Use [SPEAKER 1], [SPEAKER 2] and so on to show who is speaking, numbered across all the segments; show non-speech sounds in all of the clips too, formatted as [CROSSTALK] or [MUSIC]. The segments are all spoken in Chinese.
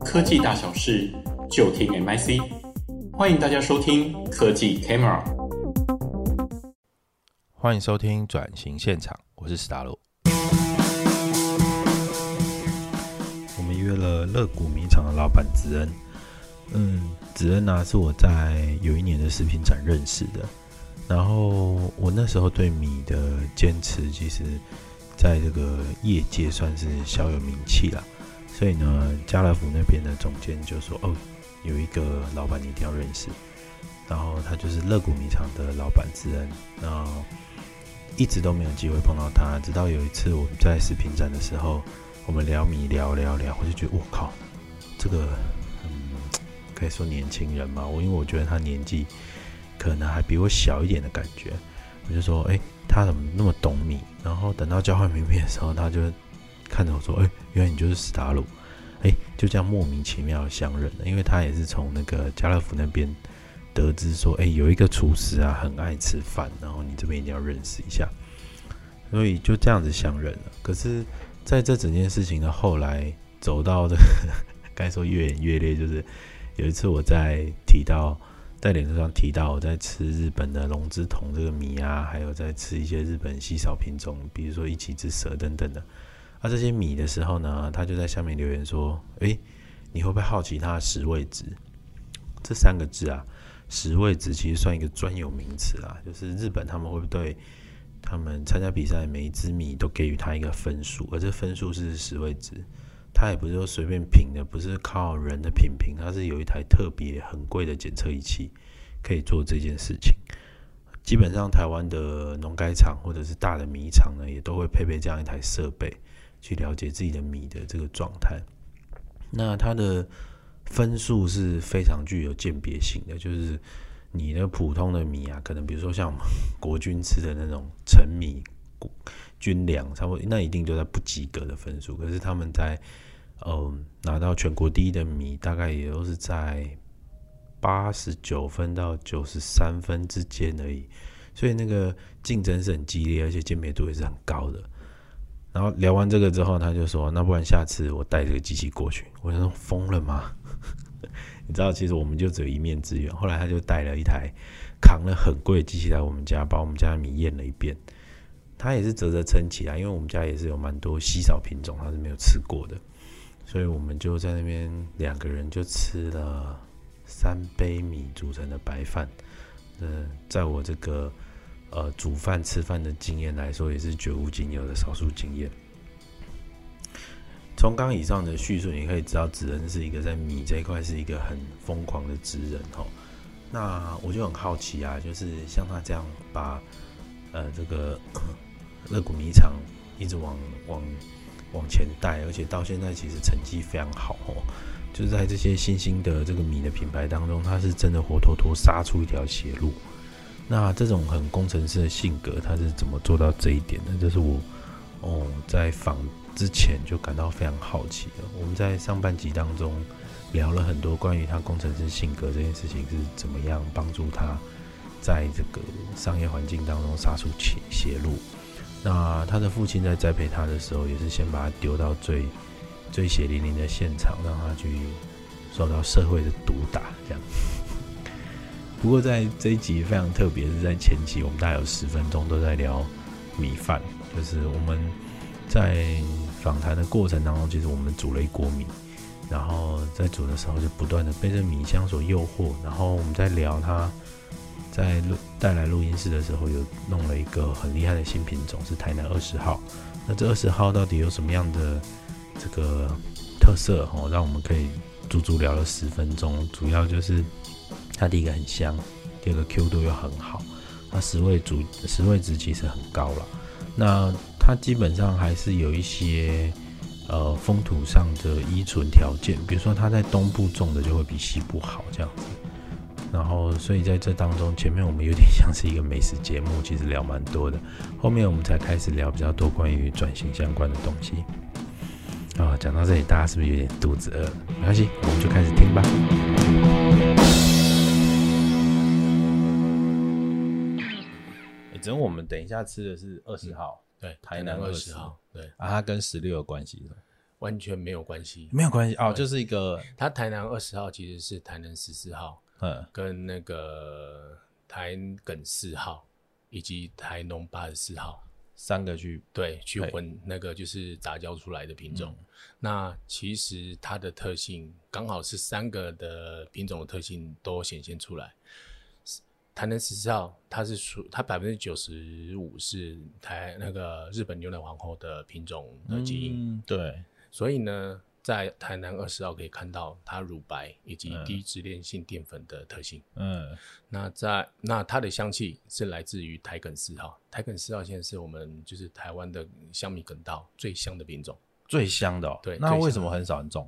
[SPEAKER 1] 科技大小事，就听 MIC。欢迎大家收听科技 Camera。
[SPEAKER 2] 欢迎收听转型现场，我是史达洛。
[SPEAKER 3] 我们约了乐谷米厂的老板子恩。嗯，子恩啊，是我在有一年的食品展认识的。然后我那时候对米的坚持，其实在这个业界算是小有名气啦。所以呢，家乐福那边的总监就说：“哦，有一个老板你一定要认识。”然后他就是乐谷米厂的老板子恩。那一直都没有机会碰到他，直到有一次我们在食品展的时候，我们聊米聊聊聊，我就觉得我靠，这个嗯，可以说年轻人嘛，我因为我觉得他年纪可能还比我小一点的感觉，我就说，哎、他怎么那么懂米？然后等到交换名片的时候，他就看着我说，哎、原来你就是史达鲁，哎、就这样莫名其妙地相认了，因为他也是从那个家乐福那边得知说，哎、有一个厨师啊，很爱吃饭，然后你这边一定要认识一下，所以就这样子相认了。可是在这整件事情的后来走到这个 [LAUGHS] 该说越演越烈，就是有一次我在提到在脸书上提到我在吃日本的龙之瞳这个米啊，还有在吃一些日本稀少品种，比如说一起之蛇等等的。那、这些米的时候呢，他就在下面留言说：“诶、你会不会好奇它的食味值？”这三个字啊，食味值其实算一个专有名词啊，就是日本他们会对他们参加比赛的每一只米都给予它一个分数，而这分数是食味值。它也不是说随便评的，不是靠人的品评，它是有一台特别很贵的检测仪器可以做这件事情。基本上台湾的农改场或者是大的米厂呢，也都会配备这样一台设备，去了解自己的米的这个状态。那它的分数是非常具有鉴别性的，就是你的普通的米啊，可能比如说像我们国军吃的那种陈米、谷军粮，差不多那一定就在不及格的分数。可是他们在嗯，拿到全国第一的米，大概也都是在八十九分到九十三分之间而已，所以那个竞争是很激烈，而且鉴别度也是很高的。然后聊完这个之后，他就说：“那不然下次我带这个机器过去。”我就说：“疯了吗？”你知道，其实我们就只有一面之缘。后来他就带了一台扛了很贵的机器来我们家，把我们家的米验了一遍。他也是啧啧称奇啊，因为我们家也是有蛮多稀少品种，他是没有吃过的。所以我们就在那边两个人就吃了三杯米煮成的白饭。嗯，在我这个呃煮饭吃饭的经验来说，也是绝无仅有的少数经验。从刚以上的叙述，你可以知道子恩是一个在米这一块是一个很疯狂的职人哦。那我就很好奇啊，就是像他这样把呃这个 [COUGHS] 乐谷米厂一直往往往前带，而且到现在其实成绩非常好哦。就是在这些新兴的这个米的品牌当中，它是真的活脱脱杀出一条血路。那这种很工程师的性格，他是怎么做到这一点的？这是我哦在访之前就感到非常好奇的。我们在上半集当中聊了很多关于他工程师性格这件事情是怎么样帮助他在这个商业环境当中杀出血血路。那他的父亲在栽培他的时候，也是先把他丢到最最血淋淋的现场，让他去受到社会的毒打，这样。不过在这一集非常特别，是在前期我们大概有十分钟都在聊米饭，就是我们在访谈的过程当中，其实我们煮了一锅米，然后在煮的时候就不断的被这米香所诱惑，然后我们在聊它在录带来录音室的时候，有弄了一个很厉害的新品种，是台南二十号。那这二十号到底有什么样的这个特色哦，让我们可以足足聊了十分钟，主要就是它第一个很香，第二个 Q 度又很好，它十味煮十味值其实很高了。那它基本上还是有一些呃风土上的依存条件，比如说它在东部种的就会比西部好这样子。然后，所以在这当中，前面我们有点像是一个美食节目，其实聊蛮多的。后面我们才开始聊比较多关于转型相关的东西。啊、讲到这里，大家是不是有点肚子饿了？没关系，我们就开始听吧。哎只有我们等一下吃的是二十号
[SPEAKER 2] 对，
[SPEAKER 3] 台南
[SPEAKER 2] 二
[SPEAKER 3] 20
[SPEAKER 2] 十号，对，
[SPEAKER 3] 啊，它跟十六有关系是吧
[SPEAKER 2] 我完全没有关系。
[SPEAKER 3] 没有关系哦，就是一个
[SPEAKER 2] 它台南二十号其实是台南十四号
[SPEAKER 3] 嗯
[SPEAKER 2] 跟那个台梗四号以及台农八十四号。
[SPEAKER 3] 三个去
[SPEAKER 2] 对，去
[SPEAKER 3] 对
[SPEAKER 2] 混那个就是杂交出来的品种。那其实它的特性刚好是三个的品种的特性都显现出来。台南十四号，它是属它百分之九十五是台那个日本牛奶皇后的品种的基因，
[SPEAKER 3] 嗯对，
[SPEAKER 2] 所以呢，在台南二十号可以看到它乳白以及
[SPEAKER 3] 嗯
[SPEAKER 2] 低脂链性淀粉的特性。
[SPEAKER 3] 嗯
[SPEAKER 2] 那在那它的香气是来自于台梗四号，台梗四号现在是我们就是台湾的香米梗稻最香的品种，
[SPEAKER 3] 最香的哦，
[SPEAKER 2] 对
[SPEAKER 3] 那
[SPEAKER 2] 最
[SPEAKER 3] 为
[SPEAKER 2] 香
[SPEAKER 3] 什么很少人种？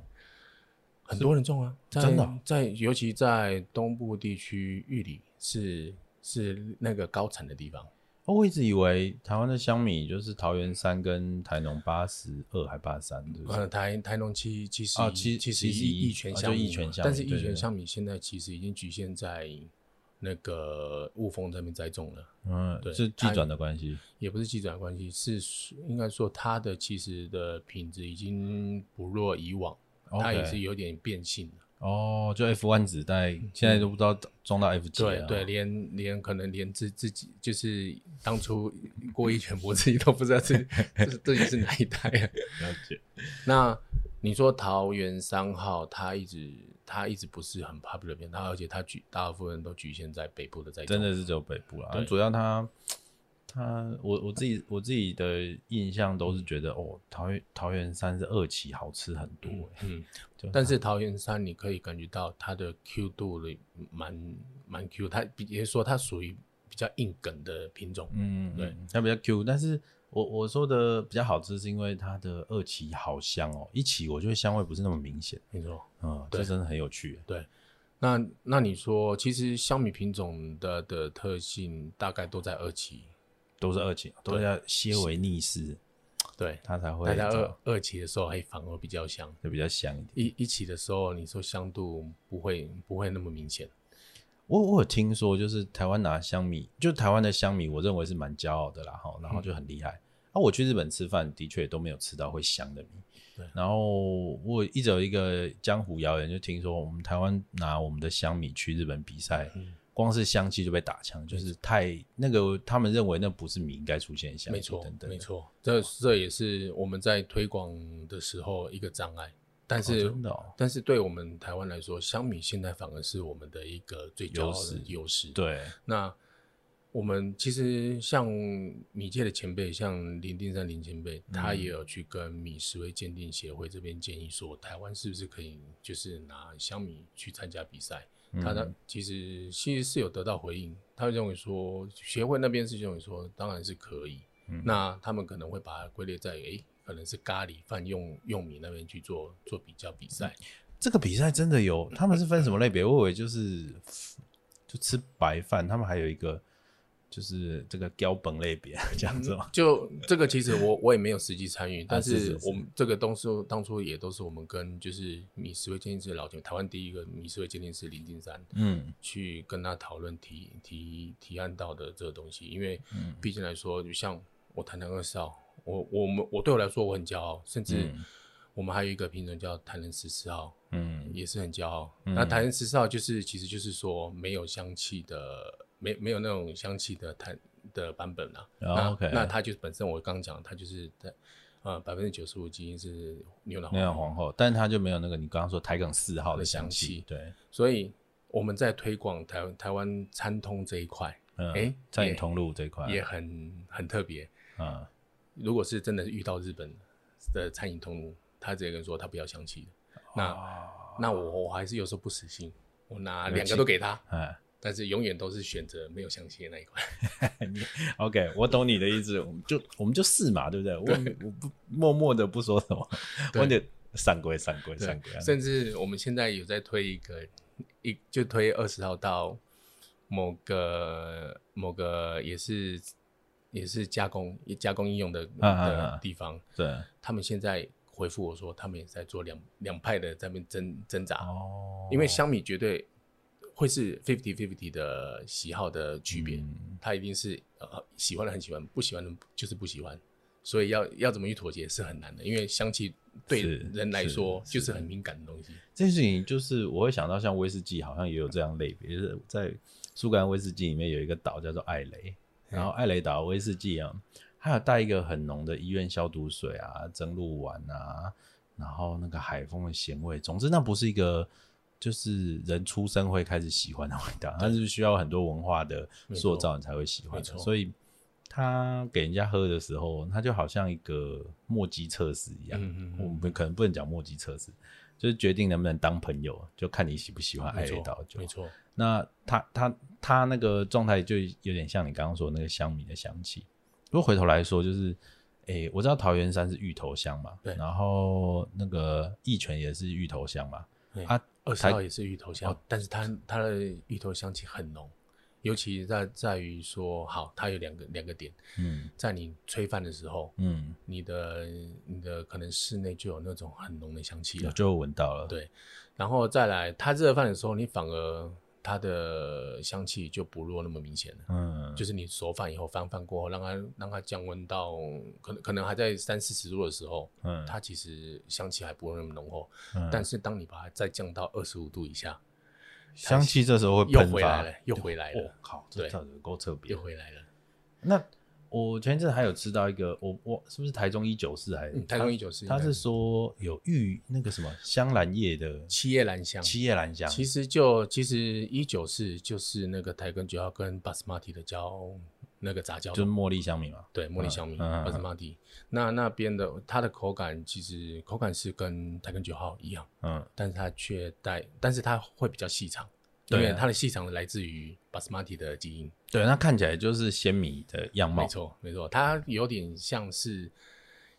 [SPEAKER 2] 很多人种啊，在
[SPEAKER 3] 真的哦
[SPEAKER 2] 在尤其在东部地区，玉里是是那个高产的地方，
[SPEAKER 3] 哦我一直以为台湾的香米就是桃园三跟台农八十二还八三，对不
[SPEAKER 2] 呃，
[SPEAKER 3] 对？
[SPEAKER 2] 台台农七七十
[SPEAKER 3] 啊七
[SPEAKER 2] 七十
[SPEAKER 3] 七十一
[SPEAKER 2] 一泉
[SPEAKER 3] 啊
[SPEAKER 2] 香
[SPEAKER 3] 就
[SPEAKER 2] 米
[SPEAKER 3] 一
[SPEAKER 2] 嘛，
[SPEAKER 3] 泉香
[SPEAKER 2] 但
[SPEAKER 3] 米
[SPEAKER 2] 是
[SPEAKER 3] 对
[SPEAKER 2] 一
[SPEAKER 3] 对
[SPEAKER 2] 泉
[SPEAKER 3] 对
[SPEAKER 2] 香米现在其实已经局限在那个雾峰这边栽种了。
[SPEAKER 3] 嗯，
[SPEAKER 2] 对
[SPEAKER 3] 是
[SPEAKER 2] 它
[SPEAKER 3] 寄转的关系。
[SPEAKER 2] 也不是记者的关系，是属应该说它的其实的品质已经不若以往，
[SPEAKER 3] OK
[SPEAKER 2] 它也是有点变性了。
[SPEAKER 3] 哦，就 F 1子带，现在都不知道中到 F 几
[SPEAKER 2] 对
[SPEAKER 3] 了。
[SPEAKER 2] 对，，连啊连可能连自自己就是当初郭一全博自己都不知道自己自自己是哪一代啊。 [LAUGHS]
[SPEAKER 3] 了解。
[SPEAKER 2] 那你说桃园三号，它一直它一直不是很 popular 片，它而且它局大部分都局限在北部的在
[SPEAKER 3] 真的是只有北部啦。
[SPEAKER 2] 对
[SPEAKER 3] 主要它它我我自己我自己的印象都是觉得哦，桃园桃园山是二期好吃很多欸、
[SPEAKER 2] 嗯
[SPEAKER 3] 就，
[SPEAKER 2] 但是桃园山你可以感觉到它的 Q 度的蛮蛮 Q，它比也就是说它属于比较硬梗的品种，
[SPEAKER 3] 嗯，
[SPEAKER 2] 对
[SPEAKER 3] 对，它比较 Q，但是我我说的比较好吃是因为它的二期好香哦，一期我觉得香味不是那么明显，
[SPEAKER 2] 没错。
[SPEAKER 3] 嗯，
[SPEAKER 2] 对
[SPEAKER 3] 这真的很有趣欸。
[SPEAKER 2] 那那你说，其实香米品种的的特性大概都在二期，
[SPEAKER 3] 都是二期，都要些微逆势，
[SPEAKER 2] 对，
[SPEAKER 3] 它才会
[SPEAKER 2] 大概
[SPEAKER 3] 就
[SPEAKER 2] 二二期的时候还反而比较香，
[SPEAKER 3] 比较香一点。
[SPEAKER 2] 一一期的时候你说香度不会不会那么明显，
[SPEAKER 3] 我我有听说，就是台湾拿香米，就台湾的香米，我认为是蛮骄傲的啦，哈，然
[SPEAKER 2] 嗯
[SPEAKER 3] 后就很厉害。啊，我去日本吃饭，的确都没有吃到会香的米。
[SPEAKER 2] 对
[SPEAKER 3] 然后我一直有一个江湖谣言，就听说我们台湾拿我们的香米去日本比赛，
[SPEAKER 2] 嗯
[SPEAKER 3] 光是香气就被打枪，就是太那个他们认为那不是米应该出现的香气，
[SPEAKER 2] 没错
[SPEAKER 3] 等等的
[SPEAKER 2] 没。错，这这也是我们在推广的时候一个障碍，但
[SPEAKER 3] 哦
[SPEAKER 2] 是、
[SPEAKER 3] 真的哦，
[SPEAKER 2] 但是对我们台湾来说，香米现在反而是我们的一个最骄傲的优势。，
[SPEAKER 3] 对，
[SPEAKER 2] 那我们其实像米界的前辈，像林定山林前辈，他也有去跟米食味鉴定协会这边建议说，台湾是不是可以就是拿香米去参加比赛？他
[SPEAKER 3] 嗯
[SPEAKER 2] 的其实其实是有得到回应，他认为说协会那边是认为说当然是可以，那他们可能会把它归类在诶、可能是咖喱饭用用米那边去做做比较比赛，
[SPEAKER 3] 这个比赛真的有，他们是分什么类别？我以为就是就吃白饭，他们还有一个就是这个标本类别 [LAUGHS] 这样子嘛。
[SPEAKER 2] 就这个，其实我我也没有实际参与，但
[SPEAKER 3] 啊是
[SPEAKER 2] 是
[SPEAKER 3] 是是
[SPEAKER 2] 我们这个东西当初也都是我们跟就是米食会鉴定师老前台湾第一个米食会鉴定师林金山
[SPEAKER 3] 嗯，
[SPEAKER 2] 去跟他讨论提提提案到的这个东西，因为
[SPEAKER 3] 嗯
[SPEAKER 2] 毕竟来说，就像我谈谈二少，我我们我对我来说我很骄傲，甚至
[SPEAKER 3] 嗯
[SPEAKER 2] 我们还有一个品种叫台南十四号，
[SPEAKER 3] 嗯，
[SPEAKER 2] 也是很骄傲。那台南十四号就是其实就是说没有香气的，没没有那种香气的台的版本啊啦、
[SPEAKER 3] 哦
[SPEAKER 2] 那
[SPEAKER 3] OK
[SPEAKER 2] 那它就本身我刚刚讲，它就是在呃百分之九十五基因是牛奶
[SPEAKER 3] 没有
[SPEAKER 2] 黄，
[SPEAKER 3] 皇后，但它就没有那个你刚刚说台梗四号的香
[SPEAKER 2] 香
[SPEAKER 3] 气
[SPEAKER 2] 气。
[SPEAKER 3] 对，
[SPEAKER 2] 所以我们在推广台湾台湾餐通这一块
[SPEAKER 3] 嗯，
[SPEAKER 2] 诶
[SPEAKER 3] 在你
[SPEAKER 2] 也
[SPEAKER 3] 同路这一块，啊
[SPEAKER 2] 也很很特别。
[SPEAKER 3] 嗯，
[SPEAKER 2] 如果是真的遇到日本的餐饮通路，他直接跟说他不要香气的，那、
[SPEAKER 3] 哦
[SPEAKER 2] 那我我还是有时候不死心，我拿两个都给他，
[SPEAKER 3] 哎
[SPEAKER 2] 但是永远都是选择没有香气的那一块。
[SPEAKER 3] ，OK，我懂你的意思，我们就我们就试嘛，对不对？我我不默默的不说什么，
[SPEAKER 2] 对
[SPEAKER 3] 我就散规散规
[SPEAKER 2] 对
[SPEAKER 3] 散规，，
[SPEAKER 2] 甚至我们现在有在推一个一就推二十号到某个某个也是也是加工加工应用的
[SPEAKER 3] 啊啊啊
[SPEAKER 2] 的地方，
[SPEAKER 3] 对，
[SPEAKER 2] 他们现在回复我说，他们也在做两两派的在那边挣挣扎。
[SPEAKER 3] 哦
[SPEAKER 2] 因为香米绝对会是 fifty fifty 的喜好的区别，
[SPEAKER 3] 嗯
[SPEAKER 2] 它一定是呃喜欢的很喜欢，不喜欢的就是不喜欢，所以要要怎么去妥协是很难的，因为香气对
[SPEAKER 3] 是
[SPEAKER 2] 人来
[SPEAKER 3] 是嗯
[SPEAKER 2] 说就是很敏感的东西。
[SPEAKER 3] 这件事情就是我会想到，像威士忌好像也有这样类别，就是在苏格兰威士忌里面有一个岛叫做艾雷，然后艾雷岛的威士忌啊，它有带一个很浓的医院消毒水啊、蒸鹿丸啊，然后那个海风的咸味，总之那不是一个。就是人出生会开始喜欢的味道，它是需要很多文化的塑造你才会喜欢的，
[SPEAKER 2] 没错
[SPEAKER 3] 所以它给人家喝的时候，它就好像一个墨迹测试一样。
[SPEAKER 2] 嗯嗯嗯
[SPEAKER 3] 我们可能不能讲墨迹测试，就是决定能不能当朋友，就看你喜不喜欢艾
[SPEAKER 2] 没
[SPEAKER 3] 雷岛
[SPEAKER 2] 错，
[SPEAKER 3] 酒
[SPEAKER 2] 没。错，
[SPEAKER 3] 那他他他那个状态就有点像你刚刚说的那个香米的香气。不过回头来说，就是诶、我知道桃园山是芋头香嘛，
[SPEAKER 2] 对
[SPEAKER 3] 然后那个益泉也是芋头香嘛，
[SPEAKER 2] 对
[SPEAKER 3] 啊，
[SPEAKER 2] 哎二十
[SPEAKER 3] 台哦
[SPEAKER 2] 号也是芋头香，但是它它的芋头香气很浓，尤其在在于说，好，它有两个两个点，
[SPEAKER 3] 嗯
[SPEAKER 2] 在你吹饭的时候，
[SPEAKER 3] 嗯，
[SPEAKER 2] 你的你的可能室内就有那种很浓的香气
[SPEAKER 3] 我
[SPEAKER 2] 了，
[SPEAKER 3] 就闻到了，
[SPEAKER 2] 对然后再来它热饭的时候，你反而它的香气就不落那么明显了。
[SPEAKER 3] 嗯，
[SPEAKER 2] 就是你熟饭以后翻饭过后，让它让它降温到可能可能还在三四十度的时候，
[SPEAKER 3] 嗯
[SPEAKER 2] 它其实香气还不会那么浓厚。
[SPEAKER 3] 嗯
[SPEAKER 2] 但是当你把它再降到二十五度以下，
[SPEAKER 3] 香气这时候会
[SPEAKER 2] 又
[SPEAKER 3] 喷
[SPEAKER 2] 回
[SPEAKER 3] 发哦
[SPEAKER 2] 来了，又回来
[SPEAKER 3] 我、
[SPEAKER 2] 了，
[SPEAKER 3] 靠，这
[SPEAKER 2] 对
[SPEAKER 3] 到底有够特别
[SPEAKER 2] 又。回来了。
[SPEAKER 3] 那我前一阵还有吃到一个，我我是不是台中一九四还是、
[SPEAKER 2] 嗯，台中一九四，
[SPEAKER 3] 他是说有玉那个什么香兰叶的
[SPEAKER 2] 七叶兰香。
[SPEAKER 3] 七叶兰香，
[SPEAKER 2] 其实就其实一九四就是那个台根九号跟 Basmati 的交那个杂交
[SPEAKER 3] 就是茉莉香米嘛。
[SPEAKER 2] 对，茉莉香米、
[SPEAKER 3] 嗯嗯嗯
[SPEAKER 2] Basmati，那那边的它的口感其实口感是跟台根九号一样，
[SPEAKER 3] 嗯，
[SPEAKER 2] 但是它却带，但是它会比较细长，因
[SPEAKER 3] 对啊
[SPEAKER 2] 为它的细长来自于 Basmati 的基因。
[SPEAKER 3] 对，那看起来就是鲜米的样貌
[SPEAKER 2] 没。错，没错，它有点像是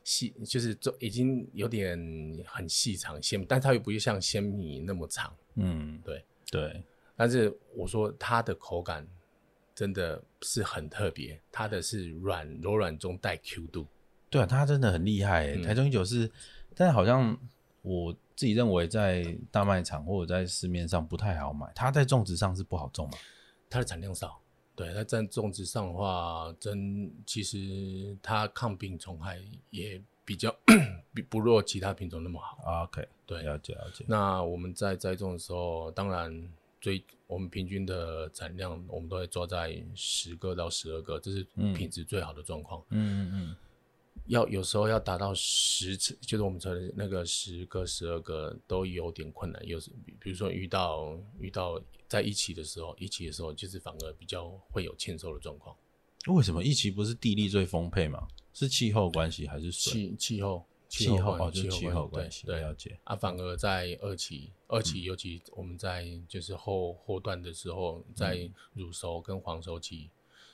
[SPEAKER 2] 细，就是做已经有点很细长鲜，但它又不像鲜米那么长。
[SPEAKER 3] 嗯，
[SPEAKER 2] 对
[SPEAKER 3] 对，
[SPEAKER 2] 但是我说它的口感真的是很特别，它的是软柔软中带 Q 度。
[SPEAKER 3] 对啊，他真的很厉害耶、
[SPEAKER 2] 嗯
[SPEAKER 3] 台中一九四，但是好像我自己认为在大卖场或者在市面上不太好买，它在种植上是不好种嘛。
[SPEAKER 2] 它的产量少，对它在种植上的话，真其实它抗病虫害也比较比不若其他品种那么好。
[SPEAKER 3] 啊 OK，
[SPEAKER 2] 对
[SPEAKER 3] 了解了解。
[SPEAKER 2] 那我们在栽种的时候，当然最我们平均的产量，我们都会抓在十个到十二个，这是
[SPEAKER 3] 嗯
[SPEAKER 2] 品质最好的状况。
[SPEAKER 3] 嗯嗯
[SPEAKER 2] 要有时候要达到十次，就是我们说的那个十个、十二个都有点困难。有时比比如说遇到遇到在一起的时候，一起的时候就是反而比较会有欠收的状况。
[SPEAKER 3] 嗯，为什么一期不是地利最丰沛嘛？是气候关系还是水？
[SPEAKER 2] 气气候
[SPEAKER 3] 气候哦，
[SPEAKER 2] 关
[SPEAKER 3] 就是气候嗯关系，
[SPEAKER 2] 对对
[SPEAKER 3] 了解。
[SPEAKER 2] 啊，反而在二期，二期尤其我们在就是后后段的时候，在
[SPEAKER 3] 嗯
[SPEAKER 2] 乳熟跟黄熟期，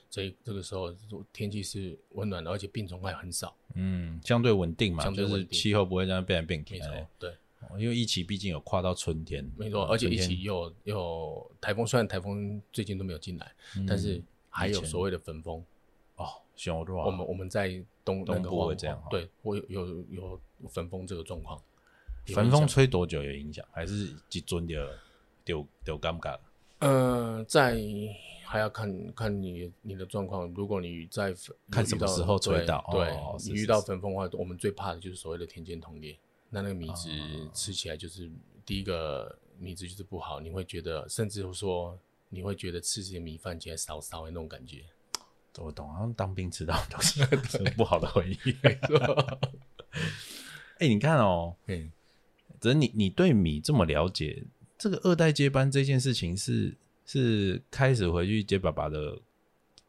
[SPEAKER 2] 这这个时候天气是温暖的，而且病虫害很少，
[SPEAKER 3] 嗯，相对稳定嘛，
[SPEAKER 2] 相对
[SPEAKER 3] 就
[SPEAKER 2] 稳
[SPEAKER 3] 是
[SPEAKER 2] 定
[SPEAKER 3] 气候不会这样变来变去
[SPEAKER 2] 没。错，对，
[SPEAKER 3] 哦因为一期毕竟有跨到春天，
[SPEAKER 2] 没错，
[SPEAKER 3] 嗯
[SPEAKER 2] 而且一
[SPEAKER 3] 春天
[SPEAKER 2] 期又又台风，虽然台风最近都没有进来，
[SPEAKER 3] 嗯
[SPEAKER 2] 但是还有所谓的焚风，
[SPEAKER 3] 哦，熊肉
[SPEAKER 2] 我们我们在东
[SPEAKER 3] 东
[SPEAKER 2] 那个
[SPEAKER 3] 部会
[SPEAKER 2] 黄
[SPEAKER 3] 这样哈
[SPEAKER 2] 对，我有有有有焚风这个状况，有
[SPEAKER 3] 焚
[SPEAKER 2] 影
[SPEAKER 3] 风
[SPEAKER 2] 响
[SPEAKER 3] 吹多久有影响，还是几尊的丢丢尴尬？
[SPEAKER 2] 呃，在还要看看你你的状况。如果你在粉
[SPEAKER 3] 看
[SPEAKER 2] 遇
[SPEAKER 3] 什么
[SPEAKER 2] 到
[SPEAKER 3] 时候吹
[SPEAKER 2] 对
[SPEAKER 3] 到哦
[SPEAKER 2] 对，
[SPEAKER 3] 哦是
[SPEAKER 2] 你
[SPEAKER 3] 是
[SPEAKER 2] 遇到
[SPEAKER 3] 是
[SPEAKER 2] 粉风的话，我们最怕的就是所谓的田间同裂。那那个
[SPEAKER 3] 啊
[SPEAKER 2] 米子吃起来就是、第一个米子就是不好，你会觉得甚至说你会觉得吃这些米饭起来少少的那种感觉。
[SPEAKER 3] 我懂，好像当兵吃到都是 [LAUGHS] 是不好的回
[SPEAKER 2] [LAUGHS]
[SPEAKER 3] 忆。哎，你看哦，
[SPEAKER 2] 嗯，
[SPEAKER 3] 只是你你对米这么了解，这个二代接班这件事情是是开始回去接爸爸的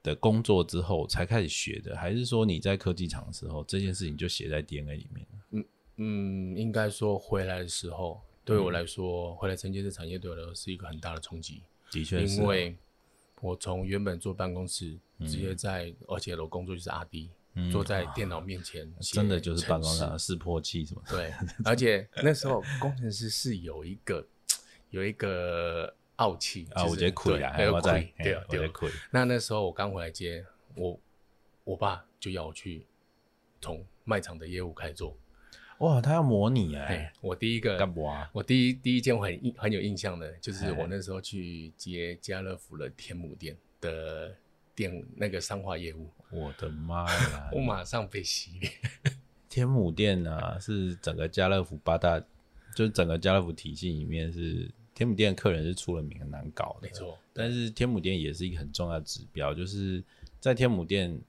[SPEAKER 3] 的工作之后才开始学的，还是说你在科技厂的时候这件事情就写在 DNA 里面了？
[SPEAKER 2] 嗯，应该说回来的时候，对我来
[SPEAKER 3] 嗯
[SPEAKER 2] 说，回来承接这产业对我来说是一个很大的冲击。
[SPEAKER 3] 的确是啊
[SPEAKER 2] 因，为我从原本坐办公室，直接在，而且我工作就是阿 D，、
[SPEAKER 3] 嗯
[SPEAKER 2] 坐在电脑面前写程式，
[SPEAKER 3] 真的就是办公室啊识破器什么的。 [LAUGHS]
[SPEAKER 2] 对，而且那时候工程师是有一个有一个傲气
[SPEAKER 3] 啊，我觉得亏啦，还
[SPEAKER 2] 有
[SPEAKER 3] 要再
[SPEAKER 2] 愧，对啊
[SPEAKER 3] 嘿我觉
[SPEAKER 2] 对
[SPEAKER 3] 得。亏。
[SPEAKER 2] 那那时候我刚回来接我，我爸就要我去从卖场的业务开始做。
[SPEAKER 3] 哇，他要模拟哎
[SPEAKER 2] 哎，，我第一个
[SPEAKER 3] 干嘛？
[SPEAKER 2] 我第一第一间我很印很有印象的，就是
[SPEAKER 3] 哎
[SPEAKER 2] 我那时候去接家乐福的天母店的店那个商化业务，
[SPEAKER 3] 我的妈呀！
[SPEAKER 2] 我马上被洗脸。
[SPEAKER 3] 天母店啊，是整个家乐福八大，就是整个家乐福体系里面是天母店的客人是出了名很难搞的，
[SPEAKER 2] 没错。
[SPEAKER 3] 但是天母店也是一个很重要的指标，就是在天母店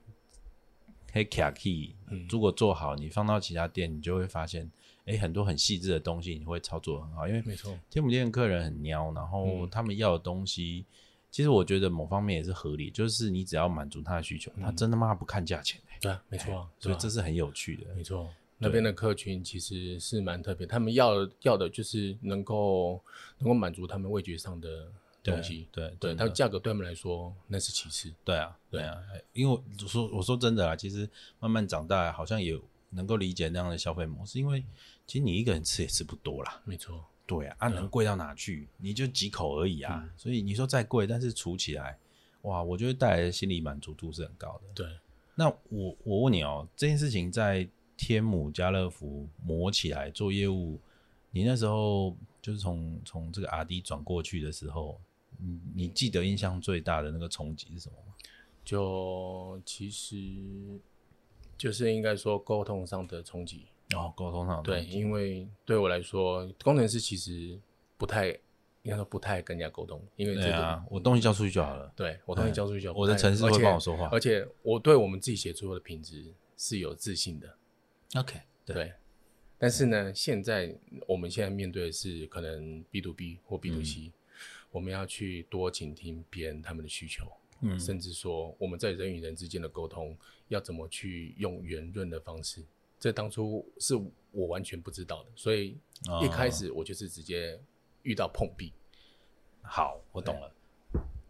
[SPEAKER 3] 黑卡 key，如
[SPEAKER 2] 嗯
[SPEAKER 3] 果做好，你放到其他店，你就会发现，哎、很多很细致的东西你会操作得很好，因为
[SPEAKER 2] 没错，嗯
[SPEAKER 3] 天母店的客人很喵，然后他们要的东西，其实我觉得某方面也是合理，就是你只要满足他的需求，他真他妈不看价钱、欸
[SPEAKER 2] 对啊，没错啊，
[SPEAKER 3] 所以
[SPEAKER 2] 嗯对啊
[SPEAKER 3] 这是很有趣的。
[SPEAKER 2] 没错，那边的客群其实是蛮特别，他们要的要的就是能够能够满足他们味觉上的东西。
[SPEAKER 3] 对
[SPEAKER 2] 对，
[SPEAKER 3] 真
[SPEAKER 2] 它
[SPEAKER 3] 的
[SPEAKER 2] 价格对他们来说那是其次。
[SPEAKER 3] 对啊，对啊，因为我说我说真的啦，其实慢慢长大，好像也能够理解那样的消费模式，因为其实你一个人吃也吃不多啦。
[SPEAKER 2] 没错，
[SPEAKER 3] 对啊，啊能贵到哪去？你就几口而已啊。所以你说再贵，但是除起来，哇，我觉得带来的心理满足度是很高的。
[SPEAKER 2] 对，
[SPEAKER 3] 那我我问你哦，这件事情在天母家乐福磨起来做业务，你那时候就是从从这个 R D 转过去的时候，你你记得印象最大的那个冲击是什么吗？
[SPEAKER 2] 就其实就是应该说沟通上的冲击。
[SPEAKER 3] 哦，沟通上的
[SPEAKER 2] 对，
[SPEAKER 3] 东西
[SPEAKER 2] 因为对我来说，工程师其实不太应该说不太跟人家沟通，因为这
[SPEAKER 3] 对
[SPEAKER 2] 个
[SPEAKER 3] 啊，我东西交出去就好了。
[SPEAKER 2] 对我东西
[SPEAKER 3] 嗯
[SPEAKER 2] 交出去就不
[SPEAKER 3] 我的
[SPEAKER 2] 太
[SPEAKER 3] 城市
[SPEAKER 2] 而
[SPEAKER 3] 会
[SPEAKER 2] 且
[SPEAKER 3] 帮我说话
[SPEAKER 2] 而且我对我们自己写作的品质是有自信的。
[SPEAKER 3] OK，对嗯
[SPEAKER 2] 对，但是呢，现在我们现在面对的是可能 B to B 或 B to
[SPEAKER 3] 嗯
[SPEAKER 2] C，、我们要去多倾听别人他们的需求，
[SPEAKER 3] 嗯
[SPEAKER 2] 甚至说我们在人与人之间的沟通要怎么去用圆润的方式，这当初是我完全不知道的，所以
[SPEAKER 3] 哦
[SPEAKER 2] 一开始我就是直接遇到碰壁，
[SPEAKER 3] 好，我懂了。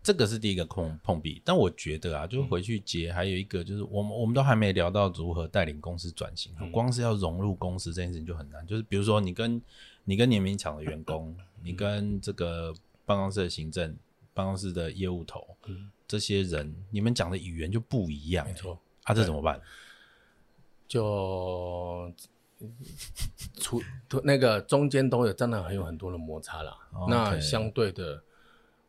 [SPEAKER 3] 这个是第一个碰碰壁，但我觉得啊，就是
[SPEAKER 2] 嗯
[SPEAKER 3] 回去接，还有一个就是我们我们都还没聊到如何带领公司转型，
[SPEAKER 2] 嗯
[SPEAKER 3] 光是要融入公司这件事情就很难。就是比如说你跟你跟联名厂的员工，
[SPEAKER 2] 嗯
[SPEAKER 3] 你跟这个办公室的行政、办公室的业务头，这些人，你们讲的语言就不一样、
[SPEAKER 2] 嗯没错，
[SPEAKER 3] 啊，这怎么办？
[SPEAKER 2] 就。除那个中间都有，当然还有很多的摩擦啦。
[SPEAKER 3] 哦 OK
[SPEAKER 2] 那相对的，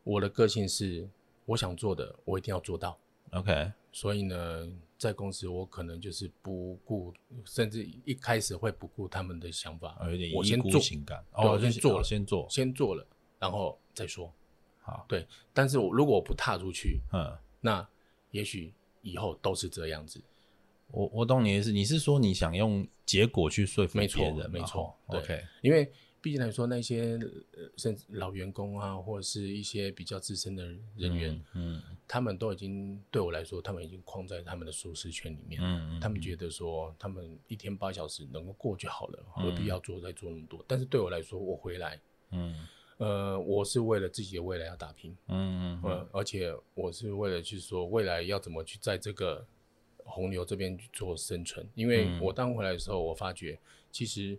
[SPEAKER 2] 我的个性是，我想做的我一定要做到。
[SPEAKER 3] OK，
[SPEAKER 2] 所以呢，在公司我可能就是不顾，甚至一开始会不顾他们的想法，
[SPEAKER 3] 啊有点
[SPEAKER 2] 我
[SPEAKER 3] 一
[SPEAKER 2] 先
[SPEAKER 3] 孤
[SPEAKER 2] 做，
[SPEAKER 3] 情感。
[SPEAKER 2] 对
[SPEAKER 3] 哦，
[SPEAKER 2] 我先
[SPEAKER 3] 就
[SPEAKER 2] 做
[SPEAKER 3] 哦
[SPEAKER 2] 了
[SPEAKER 3] 先做，
[SPEAKER 2] 先做了，然后再说。
[SPEAKER 3] 好，
[SPEAKER 2] 对，但是我如果我不踏出去，
[SPEAKER 3] 嗯，
[SPEAKER 2] 那也许以后都是这样子。
[SPEAKER 3] 我我懂你的意思，你是说你想用结果去说服别
[SPEAKER 2] 没错
[SPEAKER 3] 人嘛，
[SPEAKER 2] 没错
[SPEAKER 3] 哦
[SPEAKER 2] 对
[SPEAKER 3] ，OK，
[SPEAKER 2] 因为毕竟来说，那些呃甚至老员工啊，或者是一些比较资深的人员，
[SPEAKER 3] 嗯
[SPEAKER 2] 他们都已经对我来说，他们已经框在他们的舒适圈里面。
[SPEAKER 3] 嗯嗯，
[SPEAKER 2] 他们觉得说，他们一天八小时能够过就好了，何必要做再做那么多？但是对我来说，我回来，
[SPEAKER 3] 嗯
[SPEAKER 2] 呃，我是为了自己的未来要打拼，
[SPEAKER 3] 嗯嗯
[SPEAKER 2] 呃，而且我是为了去说未来要怎么去在这个红牛这边去做生存。因为
[SPEAKER 3] 嗯
[SPEAKER 2] 我当回来的时候，我发觉其实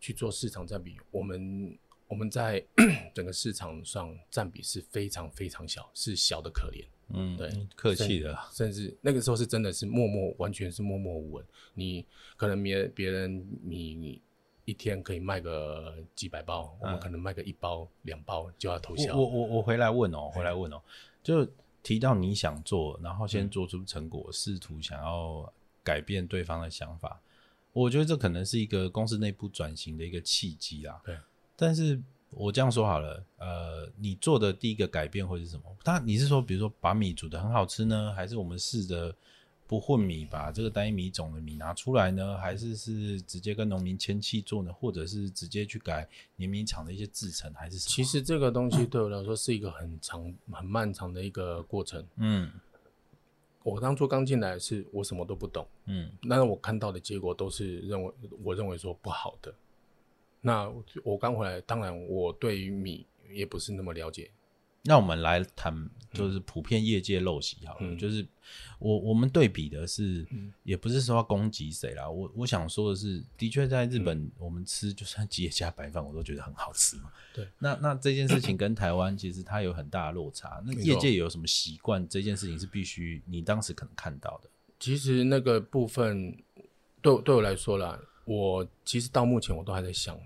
[SPEAKER 2] 去做市场占比，我们我们在 [CLEARS THROAT] 整个市场上占比是非常非常小，是小的可怜。
[SPEAKER 3] 嗯，
[SPEAKER 2] 对
[SPEAKER 3] 嗯，客气的啦，
[SPEAKER 2] 甚至那个时候是真的是默默，完全是默默无闻。你可能别别人你你一天可以卖个几百包，我们可能卖个一包两包就要偷
[SPEAKER 3] 嗯我
[SPEAKER 2] 笑。
[SPEAKER 3] 我我我回来问哦，
[SPEAKER 2] 哎
[SPEAKER 3] 回来问哦，就提到你想做，然后
[SPEAKER 2] 嗯
[SPEAKER 3] 先做出成果，试图想要改变对方的想法，我觉得这可能是一个公司内部转型的一个契机啦。
[SPEAKER 2] 对，
[SPEAKER 3] 但是我这样说好了，呃，你做的第一个改变会是什么？他你是说，比如说把米煮的很好吃呢，还是我们试着不混米，把这个单一米种的米拿出来呢？还是是直接跟农民签契做呢？或者是直接去改碾米厂的一些制成，还是什么？
[SPEAKER 2] 其，实这个东西对我来说是一个很长、很漫长的一个过程。
[SPEAKER 3] 嗯
[SPEAKER 2] 我当初刚进来是我什么都不懂，
[SPEAKER 3] 嗯
[SPEAKER 2] 那我看到的结果都是认为我认为说不好的。那我我刚回来，当然我对于米也不是那么了解，
[SPEAKER 3] 那我们来谈，就是普遍业界陋习好了，
[SPEAKER 2] 嗯
[SPEAKER 3] 就是我我们对比的是，也不是说要攻击谁啦，我我想说的是，的确在日
[SPEAKER 2] 嗯
[SPEAKER 3] 本，我们吃就算吉野家白饭，我都觉得很好吃嘛。
[SPEAKER 2] 对，
[SPEAKER 3] 那那这件事情跟台湾其实它有很大的落差。那
[SPEAKER 2] [COUGHS] 没错
[SPEAKER 3] 业界有什么习惯，这件事情是必须你当时可能看到的。
[SPEAKER 2] 其实那个部分，对我对我来说啦，我其实到目前我都还在想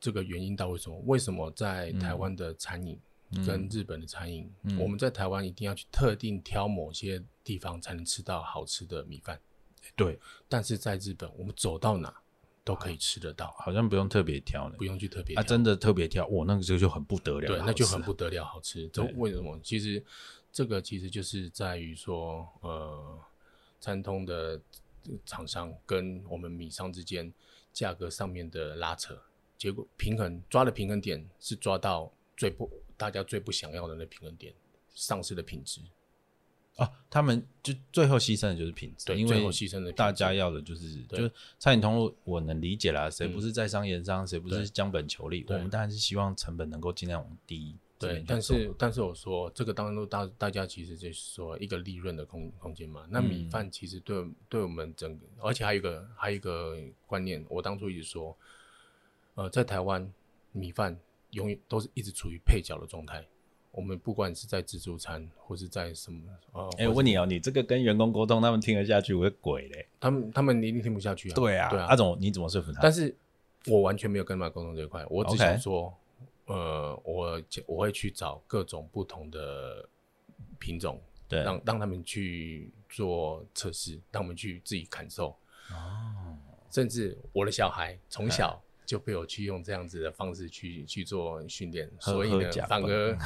[SPEAKER 2] 这个原因到底为什么？为什么在台湾的餐饮跟日本的餐饮，
[SPEAKER 3] 嗯
[SPEAKER 2] 我们在台湾一定要去特定挑某些地方才能吃到好吃的米饭，
[SPEAKER 3] 对，
[SPEAKER 2] 但是在日本，我们走到哪都可以吃得到，
[SPEAKER 3] 好像不用特别挑呢
[SPEAKER 2] 不。用去特别
[SPEAKER 3] 啊，
[SPEAKER 2] 挑。
[SPEAKER 3] 真的特别挑，哇，那个就就很不得了，
[SPEAKER 2] 对，
[SPEAKER 3] 好
[SPEAKER 2] 那就
[SPEAKER 3] 吃
[SPEAKER 2] 很不得了，好吃。这
[SPEAKER 3] 对
[SPEAKER 2] 为什么？其实这个其实就是在于说，呃，餐通的厂商跟我们米商之间价格上面的拉扯，结果平衡抓的平衡点是抓到最不大家最不想要的那平衡点，上市的品质。
[SPEAKER 3] 啊！他们就最后牺牲的就是品质，
[SPEAKER 2] 对
[SPEAKER 3] 因为
[SPEAKER 2] 最后牺牲的品质
[SPEAKER 3] 大家要的就是
[SPEAKER 2] 对
[SPEAKER 3] 就是餐饮通路，我能理解啦，谁不是在商言商，谁不是将本求利？我
[SPEAKER 2] 对
[SPEAKER 3] 们当然是希望成本能够尽量往低这边去，
[SPEAKER 2] 对但
[SPEAKER 3] 做
[SPEAKER 2] 是但是我说这个当然都大大家其实就是说一个利润的空空间嘛。那
[SPEAKER 3] 嗯
[SPEAKER 2] 米饭其实对、对我们整个，而且还有一个还有一个观念，我当初一直说，呃，在台湾米饭永远都是一直处于配角的状态。我们不管是在自助餐，或是在什么，呃，
[SPEAKER 3] 哎、我问你哦，你这个跟员工沟通，他们听得下去，我会鬼嘞。
[SPEAKER 2] 他们他们一定听不下去啊。
[SPEAKER 3] 对啊，
[SPEAKER 2] 对
[SPEAKER 3] 阿总，你怎么说服他？
[SPEAKER 2] 但是我完全没有跟他们沟通这一块，我只
[SPEAKER 3] OK
[SPEAKER 2] 想说呃，我我会去找各种不同的品种，
[SPEAKER 3] 对
[SPEAKER 2] 让让他们去做测试，让我们去自己感受。
[SPEAKER 3] 哦
[SPEAKER 2] 甚至我的小孩从
[SPEAKER 3] 嗯
[SPEAKER 2] 小就被我去用这样子的方式去去做训练，
[SPEAKER 3] 呵
[SPEAKER 2] 所以
[SPEAKER 3] 呵
[SPEAKER 2] 呢
[SPEAKER 3] 假，
[SPEAKER 2] 反
[SPEAKER 3] 扮 [LAUGHS]
[SPEAKER 2] 而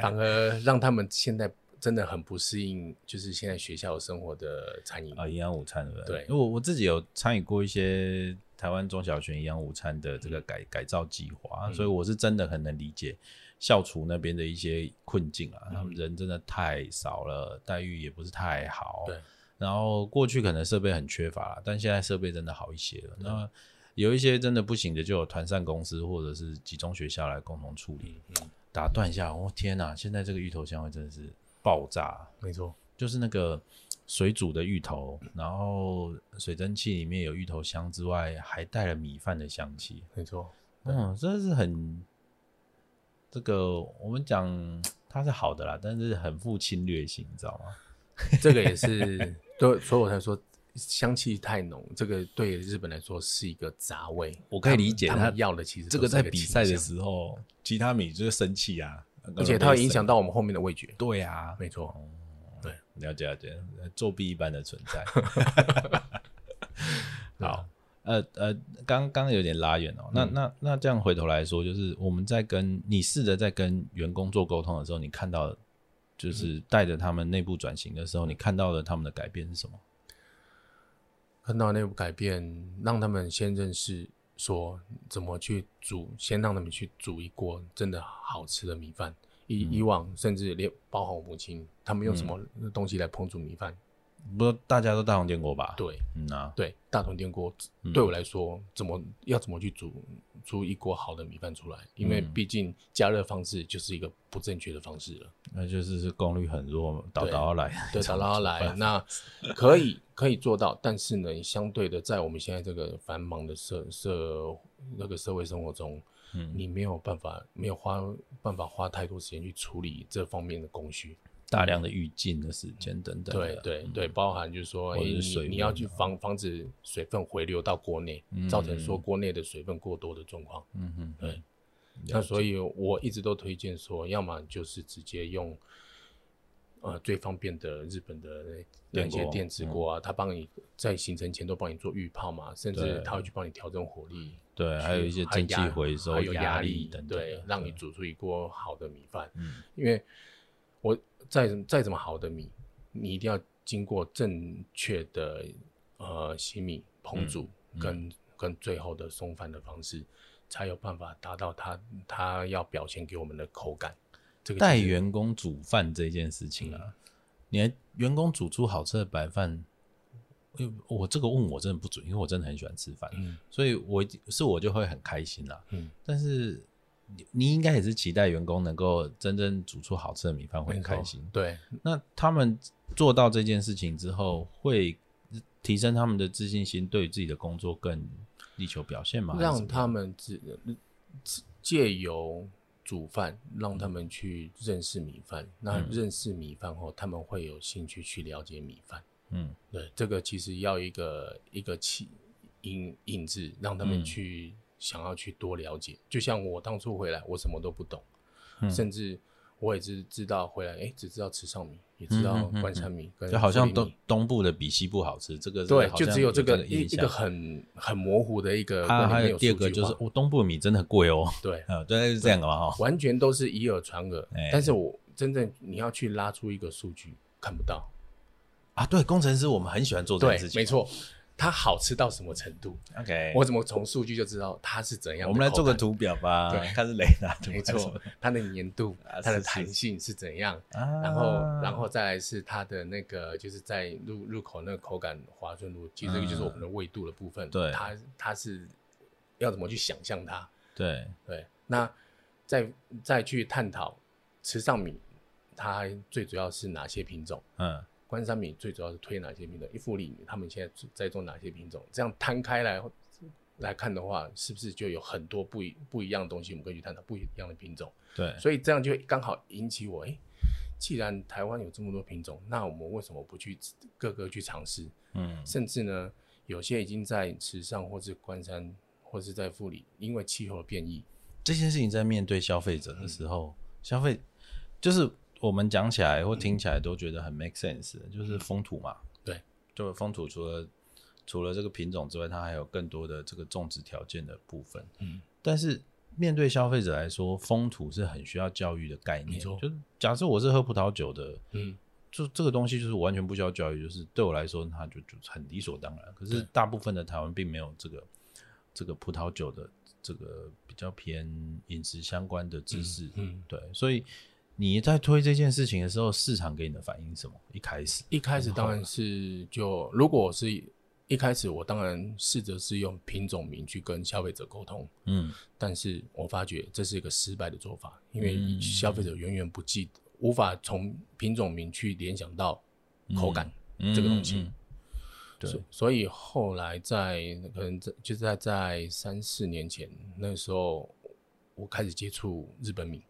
[SPEAKER 2] 反而让他们现在真的很不适应，就是现在学校生活的餐饮。
[SPEAKER 3] 啊，营养午餐对不对？
[SPEAKER 2] 对
[SPEAKER 3] 因为我我自己有参与过一些台湾中小学营养午餐的这个改、改造计划，
[SPEAKER 2] 嗯
[SPEAKER 3] 所以我是真的很能理解校厨那边的一些困境啊，
[SPEAKER 2] 嗯
[SPEAKER 3] 他们人真的太少了，待遇也不是太好，
[SPEAKER 2] 对。
[SPEAKER 3] 然后过去可能设备很缺乏啦，但现在设备真的好一些了。那有一些真的不行的，就有团膳公司或者是集中学校来共同处理。
[SPEAKER 2] 嗯
[SPEAKER 3] 打断一下，我、哦天哪！现在这个芋头香味真的是爆炸，
[SPEAKER 2] 没错，
[SPEAKER 3] 就是那个水煮的芋头，然后水蒸气里面有芋头香之外，还带了米饭的香气。
[SPEAKER 2] 没错，哦
[SPEAKER 3] 嗯，真的是很这个我们讲它是好的啦，但是很富侵略性，你知道吗？
[SPEAKER 2] 这个也是对，所以我才说香气太浓，这个对日本来说是一个杂味。
[SPEAKER 3] 我可以理解
[SPEAKER 2] 他
[SPEAKER 3] 他
[SPEAKER 2] 们要的其实
[SPEAKER 3] 这
[SPEAKER 2] 都
[SPEAKER 3] 个
[SPEAKER 2] 是
[SPEAKER 3] 在
[SPEAKER 2] 那
[SPEAKER 3] 比赛的
[SPEAKER 2] 清
[SPEAKER 3] 时候，其他米就是生气啊，
[SPEAKER 2] 香，而且它会影响到我们后面的味觉。
[SPEAKER 3] 对啊，
[SPEAKER 2] 没错，
[SPEAKER 3] 了解了解，呃作弊一般的存
[SPEAKER 2] [LAUGHS]
[SPEAKER 3] 在。
[SPEAKER 2] 啊
[SPEAKER 3] 好，呃呃，刚刚有点拉远哦。
[SPEAKER 2] 嗯
[SPEAKER 3] 那那那这样回头来说，就是我们在跟你试着在跟员工做沟通的时候，你看到
[SPEAKER 2] 嗯
[SPEAKER 3] 就是带着他们内部转型的时候，你看到了他们的改变是什么？
[SPEAKER 2] 看到内部改变，让他们先认识说怎么去煮，先让他们去煮一锅真的好吃的米饭。以、以往甚至连包含我母亲，他们用什么东西来烹煮米饭？
[SPEAKER 3] 不，大家都大红见过吧？，
[SPEAKER 2] 对
[SPEAKER 3] 嗯啊，
[SPEAKER 2] 对，大同电锅对我来说，怎么要怎么去煮出一锅好的米饭出来？因为毕竟加热方式就是一个不正确的方式了。
[SPEAKER 3] 那就是是功率很弱，倒
[SPEAKER 2] 对
[SPEAKER 3] 倒来， [LAUGHS]
[SPEAKER 2] 对，找到来，那可以可以做到，但是呢，相对的，在我们现在这个繁忙的社社那个社会生活中，嗯，你没有办法，没有花办法花太多时间去处理这方面的工序。
[SPEAKER 3] 大量的预浸的时间等等
[SPEAKER 2] 对
[SPEAKER 3] 的。嗯
[SPEAKER 2] 对对，包含就是说，
[SPEAKER 3] 或者
[SPEAKER 2] 诶
[SPEAKER 3] 是水
[SPEAKER 2] 你你
[SPEAKER 3] 温啊
[SPEAKER 2] 要去防防止水分回流到锅内，造成说锅内的水分过多的状况。
[SPEAKER 3] 嗯哼，
[SPEAKER 2] 对那所以我一直都推荐说，要么就是直接用，呃，最方便的日本的那
[SPEAKER 3] 电
[SPEAKER 2] 那些
[SPEAKER 3] 锅嗯
[SPEAKER 2] 电磁锅啊，它帮你在行程前都帮你做预泡嘛，甚
[SPEAKER 3] 对
[SPEAKER 2] 至它会去帮你调整火力，
[SPEAKER 3] 对，还有一些
[SPEAKER 2] 还
[SPEAKER 3] 蒸汽
[SPEAKER 2] 压
[SPEAKER 3] 回收、
[SPEAKER 2] 还有压
[SPEAKER 3] 力等等的，
[SPEAKER 2] 对，让你煮出一锅好的米饭。
[SPEAKER 3] 嗯，
[SPEAKER 2] 因为我再怎再怎么好的米，你一定要经过正确的呃洗米
[SPEAKER 3] 嗯
[SPEAKER 2] 烹煮跟、跟最后的松饭的方式，才有办法达到它它要表现给我们的口感。这个
[SPEAKER 3] 带
[SPEAKER 2] 就是嗯
[SPEAKER 3] 员工煮饭这件事情啊，你还员工煮出好吃的白饭，因为我这个问我真的不准，因为我真的很喜欢吃饭，
[SPEAKER 2] 嗯
[SPEAKER 3] 所以我是我就会很开心啦。
[SPEAKER 2] 嗯，
[SPEAKER 3] 但是你你应该也是期待员工能够真正煮出好吃的米饭，会很
[SPEAKER 2] 没错嗯
[SPEAKER 3] 开心。
[SPEAKER 2] 对，
[SPEAKER 3] 那他们做到这件事情之后，会提升他们的自信心，对于自己的工作更力求表现吗？还是怎
[SPEAKER 2] 让
[SPEAKER 3] 么
[SPEAKER 2] 他们只只借由煮饭，让他们去认识米饭。
[SPEAKER 3] 嗯
[SPEAKER 2] 那认识米饭后，他们会有兴趣去了解米饭。
[SPEAKER 3] 嗯，
[SPEAKER 2] 对，这个其实要一个一个起引引
[SPEAKER 3] 嗯
[SPEAKER 2] 子，让他们去想要去多了解。就像我当初回来，我什么都不懂，
[SPEAKER 3] 嗯
[SPEAKER 2] 甚至我也是知道回来，哎，只知道池上米，也知道
[SPEAKER 3] 嗯嗯嗯
[SPEAKER 2] 关山米跟
[SPEAKER 3] 就好像
[SPEAKER 2] 都
[SPEAKER 3] 东东部的比西部好吃，这个是
[SPEAKER 2] 对，
[SPEAKER 3] 好
[SPEAKER 2] 就
[SPEAKER 3] 像
[SPEAKER 2] 只有这个一
[SPEAKER 3] 印
[SPEAKER 2] 一
[SPEAKER 3] 象
[SPEAKER 2] 个。很很模糊的一个观
[SPEAKER 3] 还有啊还
[SPEAKER 2] 念，没
[SPEAKER 3] 有第二
[SPEAKER 2] 数
[SPEAKER 3] 个
[SPEAKER 2] 据
[SPEAKER 3] 就是
[SPEAKER 2] 化，
[SPEAKER 3] 哦，东部的米真的贵哦，
[SPEAKER 2] 对，
[SPEAKER 3] 呃，对，就是这样的嘛哈。
[SPEAKER 2] 完全都是以耳传耳
[SPEAKER 3] 哎。
[SPEAKER 2] 但是我真正你要去拉出一个数据，看不到。
[SPEAKER 3] 啊，对，工程师我们很喜欢做这
[SPEAKER 2] 对
[SPEAKER 3] 件事，情，
[SPEAKER 2] 没。错，它好吃到什么程度？
[SPEAKER 3] OK，
[SPEAKER 2] 我怎么从数据就知道它是怎样？
[SPEAKER 3] 我们来做个，图表吧
[SPEAKER 2] 对，
[SPEAKER 3] 看是雷达图
[SPEAKER 2] 没
[SPEAKER 3] 还是什
[SPEAKER 2] 错
[SPEAKER 3] 么，
[SPEAKER 2] 它的粘度
[SPEAKER 3] [LAUGHS] 啊、
[SPEAKER 2] 它的
[SPEAKER 3] 是是
[SPEAKER 2] 弹性是怎样？
[SPEAKER 3] 啊
[SPEAKER 2] 然后，然后再来是它的那个，就是在入入口那个口感滑顺度，其实这个就是我们的味度的部分。
[SPEAKER 3] 啊对
[SPEAKER 2] 它它是要怎么去想象它？
[SPEAKER 3] 对，
[SPEAKER 2] 对，那再再去探讨池上米，它最主要是哪些品种？
[SPEAKER 3] 嗯，
[SPEAKER 2] 关山米最主要是推哪些品种？伊富里米他们现在在做哪些品种？这样摊开来来看的话，是不是就有很多不一不一样的东西，我们可以去探讨不一样的品种？
[SPEAKER 3] 对，
[SPEAKER 2] 所以这样就刚好引起我，诶，既然台湾有这么多品种，那我们为什么不去各个去尝试？
[SPEAKER 3] 嗯，
[SPEAKER 2] 甚至呢，有些已经在池上或是关山或是在富里，因为气候的变异，
[SPEAKER 3] 这件事情在面对消费者的时候，消费就是我们讲起来或听起来都觉得很 make sense，的就是风土嘛，
[SPEAKER 2] 嗯对，
[SPEAKER 3] 就是风土除了除了这个品种之外，它还有更多的这个种植条件的部分，
[SPEAKER 2] 嗯，
[SPEAKER 3] 但是。面对消费者来说，风土是很需要教育的概念。
[SPEAKER 2] 没错
[SPEAKER 3] 就是假设我是喝葡萄酒的，
[SPEAKER 2] 嗯，
[SPEAKER 3] 就这个东西就是完全不需要教育，就是对我来说，它就就很理所当然。可是
[SPEAKER 2] 对
[SPEAKER 3] 大部分的台湾并没有这个这个葡萄酒的这个比较偏饮食相关的知识，
[SPEAKER 2] 嗯，
[SPEAKER 3] 对，所以你在推这件事情的时候，市场给你的反应是什么？一开始，
[SPEAKER 2] 一开始当然是就，如果我是一开始，我当然试着是用品种名去跟消费者沟通，
[SPEAKER 3] 嗯，
[SPEAKER 2] 但是我发觉这是一个失败的做法，因为
[SPEAKER 3] 嗯
[SPEAKER 2] 消费者远远不记得，无法从品种名去联想到口感。这个东西
[SPEAKER 3] 嗯，对
[SPEAKER 2] 所所以后来在可能在就是在在三四年前那时候，我开始接触日本米，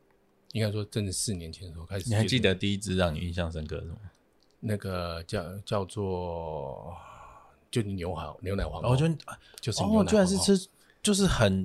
[SPEAKER 2] 应该说真的四年前的时候开始接
[SPEAKER 3] 你
[SPEAKER 2] 触。
[SPEAKER 3] 还记得第一支让你印象深刻的是什么？
[SPEAKER 2] 那个叫叫做就牛好牛奶黄
[SPEAKER 3] 哦，
[SPEAKER 2] 后，
[SPEAKER 3] 我觉得
[SPEAKER 2] 就是牛奶
[SPEAKER 3] 哦，居然是
[SPEAKER 2] 黄后
[SPEAKER 3] 吃，就是很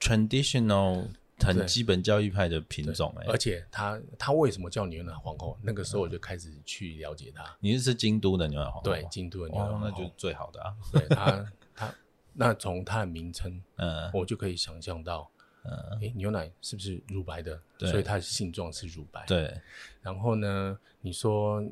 [SPEAKER 3] traditional、很
[SPEAKER 2] 对
[SPEAKER 3] 基本教育派的品
[SPEAKER 2] 对
[SPEAKER 3] 种、欸，
[SPEAKER 2] 而且它它为什么叫牛奶皇后？那个时候我就开始去了解它。
[SPEAKER 3] 你是吃京都的牛奶黄瓜
[SPEAKER 2] 对，京都的牛奶
[SPEAKER 3] 哦
[SPEAKER 2] 皇，后，
[SPEAKER 3] 那就最好的啊。
[SPEAKER 2] 对它它那从它的名称，
[SPEAKER 3] 嗯
[SPEAKER 2] 我就可以想象到，
[SPEAKER 3] 嗯，
[SPEAKER 2] 诶，牛奶是不是乳白的？
[SPEAKER 3] 对
[SPEAKER 2] 所以它的性状是乳白。。
[SPEAKER 3] 对，
[SPEAKER 2] 然后呢，你说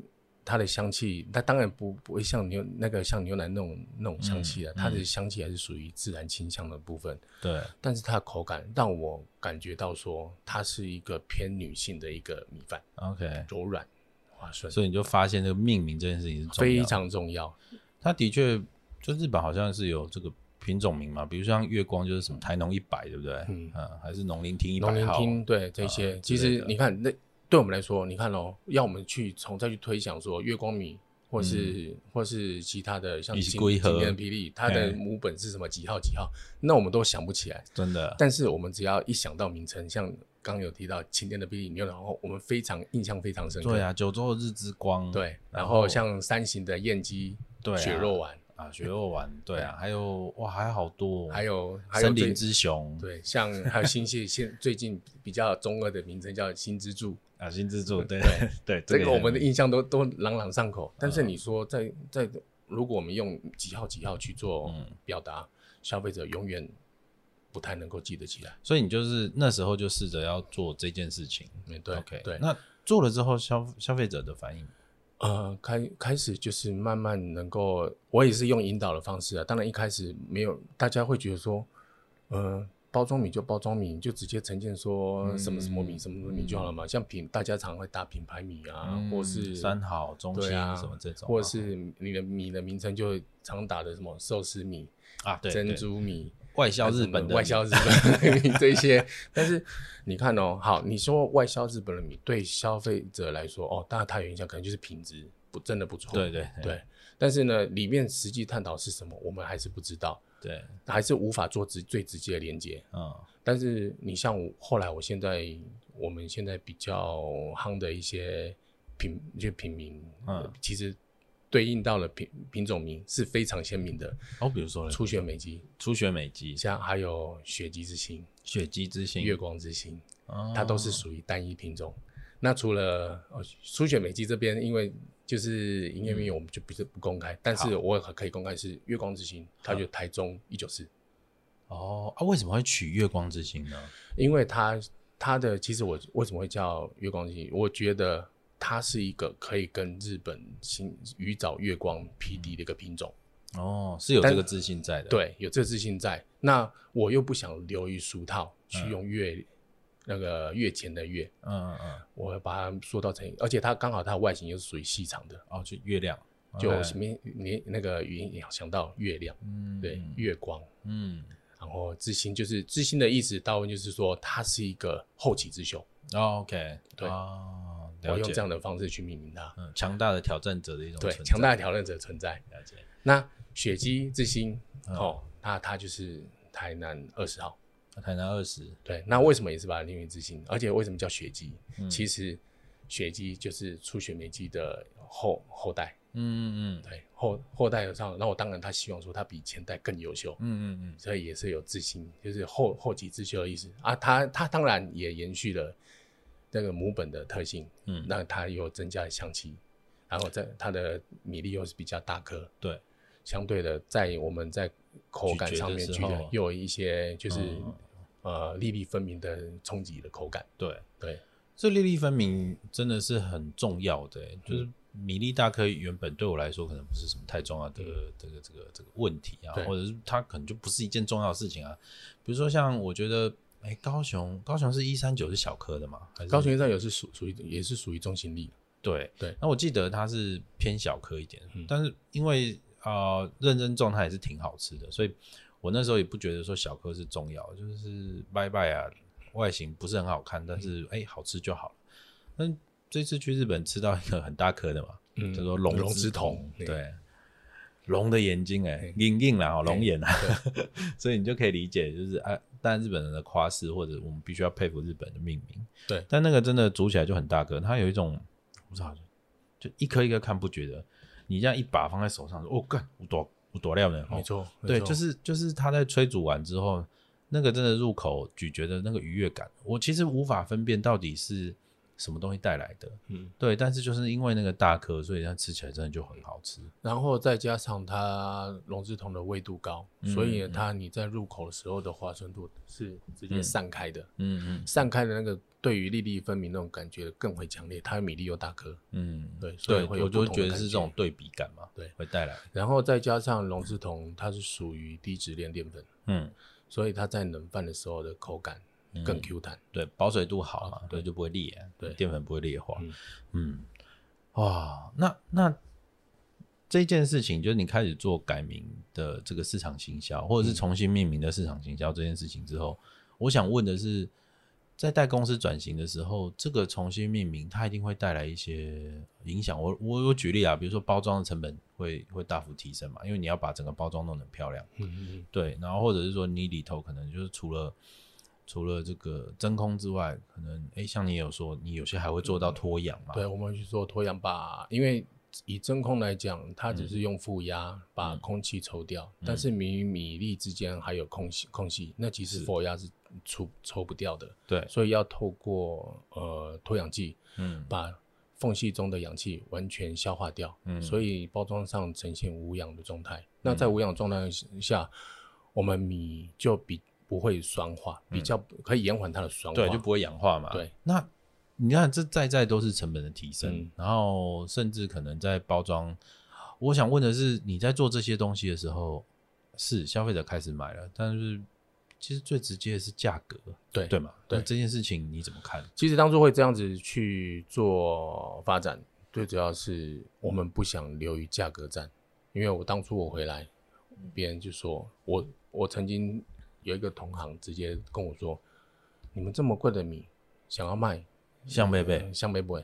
[SPEAKER 2] 它的香气，它当然不不会像牛那个像牛奶那种那种香气了，
[SPEAKER 3] 嗯
[SPEAKER 2] 它的
[SPEAKER 3] 嗯
[SPEAKER 2] 香气还是属于自然清香的部分。
[SPEAKER 3] 对，
[SPEAKER 2] 但是它的口感让我感觉到说，它是一个偏女性的一个米饭，
[SPEAKER 3] OK，
[SPEAKER 2] 柔软滑顺，
[SPEAKER 3] 所以你就发现这个命名这件事情是重要
[SPEAKER 2] 非
[SPEAKER 3] 的，
[SPEAKER 2] 常重要。
[SPEAKER 3] 它的确，就日本好像是有这个品种名嘛，比如像月光就是什么台农一百，对不对？
[SPEAKER 2] 嗯
[SPEAKER 3] 还是农林厅一
[SPEAKER 2] 农
[SPEAKER 3] 百
[SPEAKER 2] 林
[SPEAKER 3] 号，
[SPEAKER 2] 厅啊对这些，其
[SPEAKER 3] 之类
[SPEAKER 2] 实
[SPEAKER 3] 的
[SPEAKER 2] 你看，那对我们来说，你看哦，要我们去从再去推想说月光米。或是、或是其他的像
[SPEAKER 3] 以及
[SPEAKER 2] 今
[SPEAKER 3] 龟河
[SPEAKER 2] 今年的霹雳，它的
[SPEAKER 3] 嘿
[SPEAKER 2] 母本是什么几号几号？那我们都想不起来。
[SPEAKER 3] 真的。
[SPEAKER 2] 但是我们只要一想到名称，像刚刚有提到晴天的霹雳牛奶皇后，哦我们非常印象非常深刻。
[SPEAKER 3] 对啊，九州的日之光，
[SPEAKER 2] 对，
[SPEAKER 3] 然
[SPEAKER 2] 然
[SPEAKER 3] 后
[SPEAKER 2] 后像三型的燕鸡、
[SPEAKER 3] 对啊
[SPEAKER 2] 血肉丸，
[SPEAKER 3] 啊，雪肉丸，对啊，还有哇，还有好多哦，
[SPEAKER 2] 还有还有
[SPEAKER 3] 森林
[SPEAKER 2] 最
[SPEAKER 3] 之雄，
[SPEAKER 2] 对，像还有新系现最近比较中二的名称叫新之助，嗯
[SPEAKER 3] 啊，新之助，对对，
[SPEAKER 2] 这个我
[SPEAKER 3] 也
[SPEAKER 2] 们的印象都都朗朗上口。但是你说在在如果我们用几号几号去做
[SPEAKER 3] 嗯
[SPEAKER 2] 表达，消费者永远不太能够记得起来。
[SPEAKER 3] 所以你就是那时候就试着要做这件事情。
[SPEAKER 2] 嗯，对
[SPEAKER 3] OK，
[SPEAKER 2] 对，
[SPEAKER 3] 那做了之后消消费者的反应，
[SPEAKER 2] 呃，开开始就是慢慢能够，我也是用引导的方式啊。当然一开始没有，大家会觉得说，呃，包装米就包装米，你就直接呈现说什么什么
[SPEAKER 3] 嗯
[SPEAKER 2] 米、
[SPEAKER 3] 嗯
[SPEAKER 2] 什么什么米就好了嘛。像品，大家常会打品牌米啊，或是
[SPEAKER 3] 三好、中兴
[SPEAKER 2] 对啊
[SPEAKER 3] 什么这种啊，
[SPEAKER 2] 或者是你的米的名称就常打的什么寿司米、
[SPEAKER 3] 啊，对，
[SPEAKER 2] 珍
[SPEAKER 3] 对
[SPEAKER 2] 珠米。
[SPEAKER 3] 外销日本的
[SPEAKER 2] 外销日本的米 [LAUGHS] 这些，但是你看哦，好，你说外销日本的米对消费者来说，哦，当然它有影响，可能就是品质不真的不错，
[SPEAKER 3] 对对对
[SPEAKER 2] 对。但是呢，里面实际探讨是什么，我们还是不知道，
[SPEAKER 3] 对，
[SPEAKER 2] 还是无法做直最直接的连接。
[SPEAKER 3] 嗯
[SPEAKER 2] 但是你像我后来，我现在我们现在比较夯的一些品，就品名，
[SPEAKER 3] 嗯，
[SPEAKER 2] 其实对应到了品品种名是非常鲜明的，
[SPEAKER 3] 哦，比如说嘞
[SPEAKER 2] 初选美肌，
[SPEAKER 3] 初雪美肌、
[SPEAKER 2] 像还有雪肌之星。
[SPEAKER 3] 雪肌之星、
[SPEAKER 2] 月光之星，
[SPEAKER 3] 哦
[SPEAKER 2] 它都是属于单一品种。那除了呃苏雪美姬这边，因为就是营业秘密，我们就不是不公开，但是我可以公开是月光之星，它就台中一九四，
[SPEAKER 3] 哦啊，为什么会取月光之星呢？
[SPEAKER 2] 因为它它的其实我为什么会叫月光之星？我觉得它是一个可以跟日本新鱼藻月光匹敌的一个品种。
[SPEAKER 3] 哦，是有
[SPEAKER 2] 但
[SPEAKER 3] 这个自信在的。，
[SPEAKER 2] 对，有这自信在。那我又不想流于俗套，去用月、那个月前的月，
[SPEAKER 3] 嗯嗯嗯，
[SPEAKER 2] 我把它塑造成，而且它刚好它的外形又是属于细长的，
[SPEAKER 3] 哦，就月亮，
[SPEAKER 2] 就
[SPEAKER 3] OK
[SPEAKER 2] 你你那个语音也想到月亮，
[SPEAKER 3] 嗯，
[SPEAKER 2] 对，月光。
[SPEAKER 3] 嗯，
[SPEAKER 2] 然后知心就是知心的意思，大部分就是说它是一个后起之秀，
[SPEAKER 3] 哦，OK，
[SPEAKER 2] 对
[SPEAKER 3] 哦，
[SPEAKER 2] 我
[SPEAKER 3] 了
[SPEAKER 2] 用
[SPEAKER 3] 解
[SPEAKER 2] 这。样的方式去命名它。
[SPEAKER 3] 嗯，强大的挑战者的一种
[SPEAKER 2] 对
[SPEAKER 3] 存，在
[SPEAKER 2] 强大的挑战者存在。
[SPEAKER 3] 了解。
[SPEAKER 2] 那雪姬之心，
[SPEAKER 3] 嗯
[SPEAKER 2] 哦，那它就是台南二十号。
[SPEAKER 3] 那台南二十，
[SPEAKER 2] 对，那为什么也是把它定为之星？而且为什么叫雪姬？
[SPEAKER 3] 嗯
[SPEAKER 2] 其实雪姬就是出雪梅姬的后后代，
[SPEAKER 3] 嗯嗯
[SPEAKER 2] 对后后代上，那我当然他希望说他比前代更优秀，
[SPEAKER 3] 嗯嗯
[SPEAKER 2] 所以也是有自信，就是后后继之秀的意思啊。他他当然也延续了那个母本的特性，
[SPEAKER 3] 嗯嗯，
[SPEAKER 2] 那它又增加了香气，然后在它的米粒又是比较大颗，
[SPEAKER 3] 对，
[SPEAKER 2] 相对的在我们在口感
[SPEAKER 3] 咀嚼
[SPEAKER 2] 上
[SPEAKER 3] 的
[SPEAKER 2] 面
[SPEAKER 3] 时
[SPEAKER 2] 去的
[SPEAKER 3] 候啊
[SPEAKER 2] 又有一些就是、
[SPEAKER 3] 嗯
[SPEAKER 2] 呃粒粒分明的冲击的口感，
[SPEAKER 3] 对，
[SPEAKER 2] 对
[SPEAKER 3] 这粒粒分明真的是很重要的欸、
[SPEAKER 2] 嗯
[SPEAKER 3] 就是米粒大颗原本对我来说可能不是什么太重要的这个这个这个问题啊，
[SPEAKER 2] 嗯对
[SPEAKER 3] 或者是它可能就不是一件重要的事情啊。比如说像我觉得，哎、高雄高雄是一三九是小颗的嘛？还是
[SPEAKER 2] 高雄上有是属属于也是属于中型粒，
[SPEAKER 3] 对
[SPEAKER 2] 对
[SPEAKER 3] 那我记得它是偏小颗一点，
[SPEAKER 2] 嗯
[SPEAKER 3] 但是因为呃认真种它也是挺好吃的，所以我那时候也不觉得说小颗是重要，就是拜拜啊，外形不是很好看，但
[SPEAKER 2] 嗯
[SPEAKER 3] 是哎、好吃就好了。但这次去日本吃到一个很大颗的嘛，
[SPEAKER 2] 嗯
[SPEAKER 3] 叫做龙
[SPEAKER 2] 龙
[SPEAKER 3] 之
[SPEAKER 2] 之瞳
[SPEAKER 3] 瞳，
[SPEAKER 2] 对
[SPEAKER 3] 对。龙的眼睛哎、
[SPEAKER 2] 对
[SPEAKER 3] 硬硬啦，哦龙眼啊， [LAUGHS] 所以你就可以理解，就是啊，但日本人的夸饰或者我们必须要佩服日本的命名，
[SPEAKER 2] 对
[SPEAKER 3] 但那个真的煮起来就很大个，它有一种不知道，就一颗一颗看不觉得，你这样一把放在手上，哦，干，我多我多料呢，哦
[SPEAKER 2] 没，错，
[SPEAKER 3] 对，
[SPEAKER 2] 没错
[SPEAKER 3] 就是就是它在吹煮完之后，那个真的入口咀嚼的那个愉悦感，我其实无法分辨到底是什么东西带来的，
[SPEAKER 2] 嗯，
[SPEAKER 3] 对，但是就是因为那个大颗，所以它吃起来真的就很好吃，
[SPEAKER 2] 然后再加上它龙之瞳的味度高，所以
[SPEAKER 3] 嗯
[SPEAKER 2] 它你在入口的时候的滑顺度是直接散开的，
[SPEAKER 3] 嗯
[SPEAKER 2] 散开的那个对于粒粒分明那种感觉更会强烈，它的米粒又大颗，
[SPEAKER 3] 嗯嗯，
[SPEAKER 2] 对，所以
[SPEAKER 3] 对，
[SPEAKER 2] 会有
[SPEAKER 3] 我就
[SPEAKER 2] 不
[SPEAKER 3] 会
[SPEAKER 2] 同的
[SPEAKER 3] 觉得
[SPEAKER 2] 感
[SPEAKER 3] 是这种对比感嘛，
[SPEAKER 2] 对
[SPEAKER 3] 会带来，
[SPEAKER 2] 然后再加上龙之瞳，它是属于低脂链淀粉，
[SPEAKER 3] 嗯，
[SPEAKER 2] 所以它在冷饭的时候的口感更 Q 弹。 [LAUGHS]
[SPEAKER 3] 对，保水度好嘛，对，
[SPEAKER 2] 对
[SPEAKER 3] 就不会裂，
[SPEAKER 2] 对
[SPEAKER 3] 淀粉不会裂化
[SPEAKER 2] 嗯。
[SPEAKER 3] 嗯，哇，那那这件事情，就是你开始做改名的这个市场行销，或者
[SPEAKER 2] 嗯
[SPEAKER 3] 是重新命名的市场行销这件事情之后，我想问的是，在带公司转型的时候，这个重新命名它一定会带来一些影响。我我我举例啊，比如说包装的成本会会大幅提升嘛，因为你要把整个包装弄得很漂亮。
[SPEAKER 2] 嗯嗯
[SPEAKER 3] 对，然后或者是说你里头可能就是除了除了这个真空之外，可能哎，诶像你也有说，你有些还会做到脱氧嘛？
[SPEAKER 2] 对，我们去做脱氧把，因为以真空来讲，它只
[SPEAKER 3] 嗯
[SPEAKER 2] 是用负压把空气抽掉，但是米与米粒之间还有空隙，空隙，那其实佛压是出抽不掉的，
[SPEAKER 3] 对，
[SPEAKER 2] 所以要透过呃脱氧剂
[SPEAKER 3] 嗯
[SPEAKER 2] 把缝隙中的氧气完全消化掉，
[SPEAKER 3] 嗯
[SPEAKER 2] 所以包装上呈现无氧的状态。那在无氧状态下，我们米就比不会酸化，比较可以延缓它的酸化。
[SPEAKER 3] 嗯对，就不会氧化嘛。
[SPEAKER 2] 嗯对，
[SPEAKER 3] 那你看这在在都是成本的提升，
[SPEAKER 2] 嗯
[SPEAKER 3] 然后甚至可能在包装。我想问的是，你在做这些东西的时候，是消费者开始买了，但是其实最直接的是价格，
[SPEAKER 2] 对
[SPEAKER 3] 对嘛？那
[SPEAKER 2] 对嗯
[SPEAKER 3] 这件事情你怎么看？
[SPEAKER 2] 其实当初会这样子去做发展，最主要是我们不想流于价格战，因为我当初我回来，别人就说我我曾经有一个同行直接跟我说，你们这么贵的米想要卖，
[SPEAKER 3] 像贝贝，
[SPEAKER 2] 像贝贝，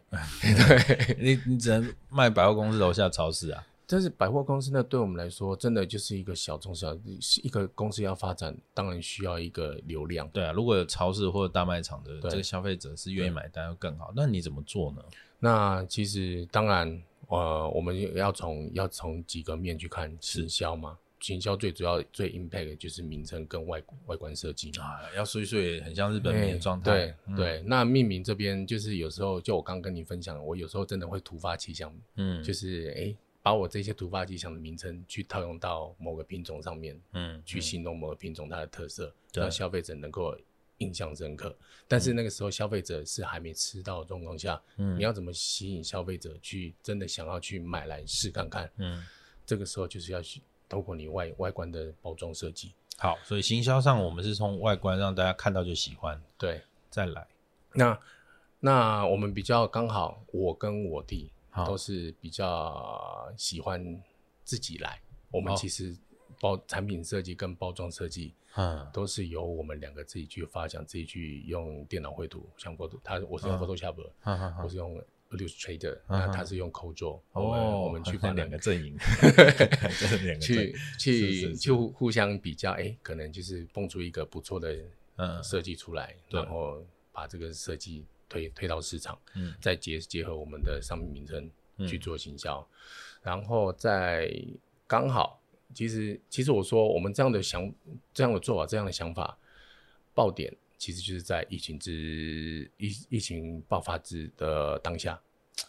[SPEAKER 3] 你你只能卖百货公司楼下超市啊。
[SPEAKER 2] 但是百货公司呢，对我们来说真的就是一个小中小，是一个公司要发展，当然需要一个流量。
[SPEAKER 3] 对啊，如果有超市或者大卖场的
[SPEAKER 2] 对
[SPEAKER 3] 这个消费者是愿意买单，会更好。那你怎么做呢？
[SPEAKER 2] 那其实当然，呃，我们要从要从几个面去看行销嘛。行销最主要最 impact 的就是名称跟外外观设计嘛。
[SPEAKER 3] 啊，要睡一睡，很像日本人的状态。
[SPEAKER 2] 对、
[SPEAKER 3] 嗯，
[SPEAKER 2] 对，那命名这边就是有时候，就我刚跟你分享，我有时候真的会突发奇想，
[SPEAKER 3] 嗯，
[SPEAKER 2] 就是是哎、诶把我这些突发奇想的名称去套用到某个品种上面，
[SPEAKER 3] 嗯，
[SPEAKER 2] 去形容某个品种它的特色，
[SPEAKER 3] 对
[SPEAKER 2] 让消费者能够印象深刻。但是那个时候消费者是还没吃到的状况下，
[SPEAKER 3] 嗯
[SPEAKER 2] 你要怎么吸引消费者去真的想要去买来试看看？
[SPEAKER 3] 嗯，
[SPEAKER 2] 这个时候就是要去透过你外外观的包装设计，
[SPEAKER 3] 好，所以行销上我们是从外观让大家看到就喜欢，
[SPEAKER 2] 对。
[SPEAKER 3] 再来，
[SPEAKER 2] 那那我们比较刚好，我跟我弟
[SPEAKER 3] 好
[SPEAKER 2] 都是比较喜欢自己来。我们
[SPEAKER 3] 哦
[SPEAKER 2] 其实包产品设计跟包装设计
[SPEAKER 3] 嗯，
[SPEAKER 2] 都是由我们两个自己去发想，自己去用电脑绘图，像 Photo，他我是用
[SPEAKER 3] 嗯
[SPEAKER 2] Photoshop，的、
[SPEAKER 3] 哈哈
[SPEAKER 2] 我
[SPEAKER 3] 哈。
[SPEAKER 2] 是用 Illustrator，、
[SPEAKER 3] 嗯
[SPEAKER 2] 那
[SPEAKER 3] 哼
[SPEAKER 2] 他是用 Cojo，、我们
[SPEAKER 3] 哦，
[SPEAKER 2] 我们去
[SPEAKER 3] 分
[SPEAKER 2] 把
[SPEAKER 3] [LAUGHS] 两
[SPEAKER 2] 两
[SPEAKER 3] 个
[SPEAKER 2] 个
[SPEAKER 3] 阵营，真的 [LAUGHS] 两个阵
[SPEAKER 2] 去
[SPEAKER 3] 营，是是
[SPEAKER 2] 去
[SPEAKER 3] 是
[SPEAKER 2] 去互互相比较，哎、可能就是蹦出一个不错的
[SPEAKER 3] 嗯
[SPEAKER 2] 设计出来，
[SPEAKER 3] 对
[SPEAKER 2] 然后把这个设计推推到市场，
[SPEAKER 3] 嗯
[SPEAKER 2] 再结结合我们的商品名称
[SPEAKER 3] 嗯
[SPEAKER 2] 去做行销，然后再刚好，其实其实我说我们这样的想这样的做法，这样的想法爆点。其实就是在疫情之疫疫情爆发之的当下，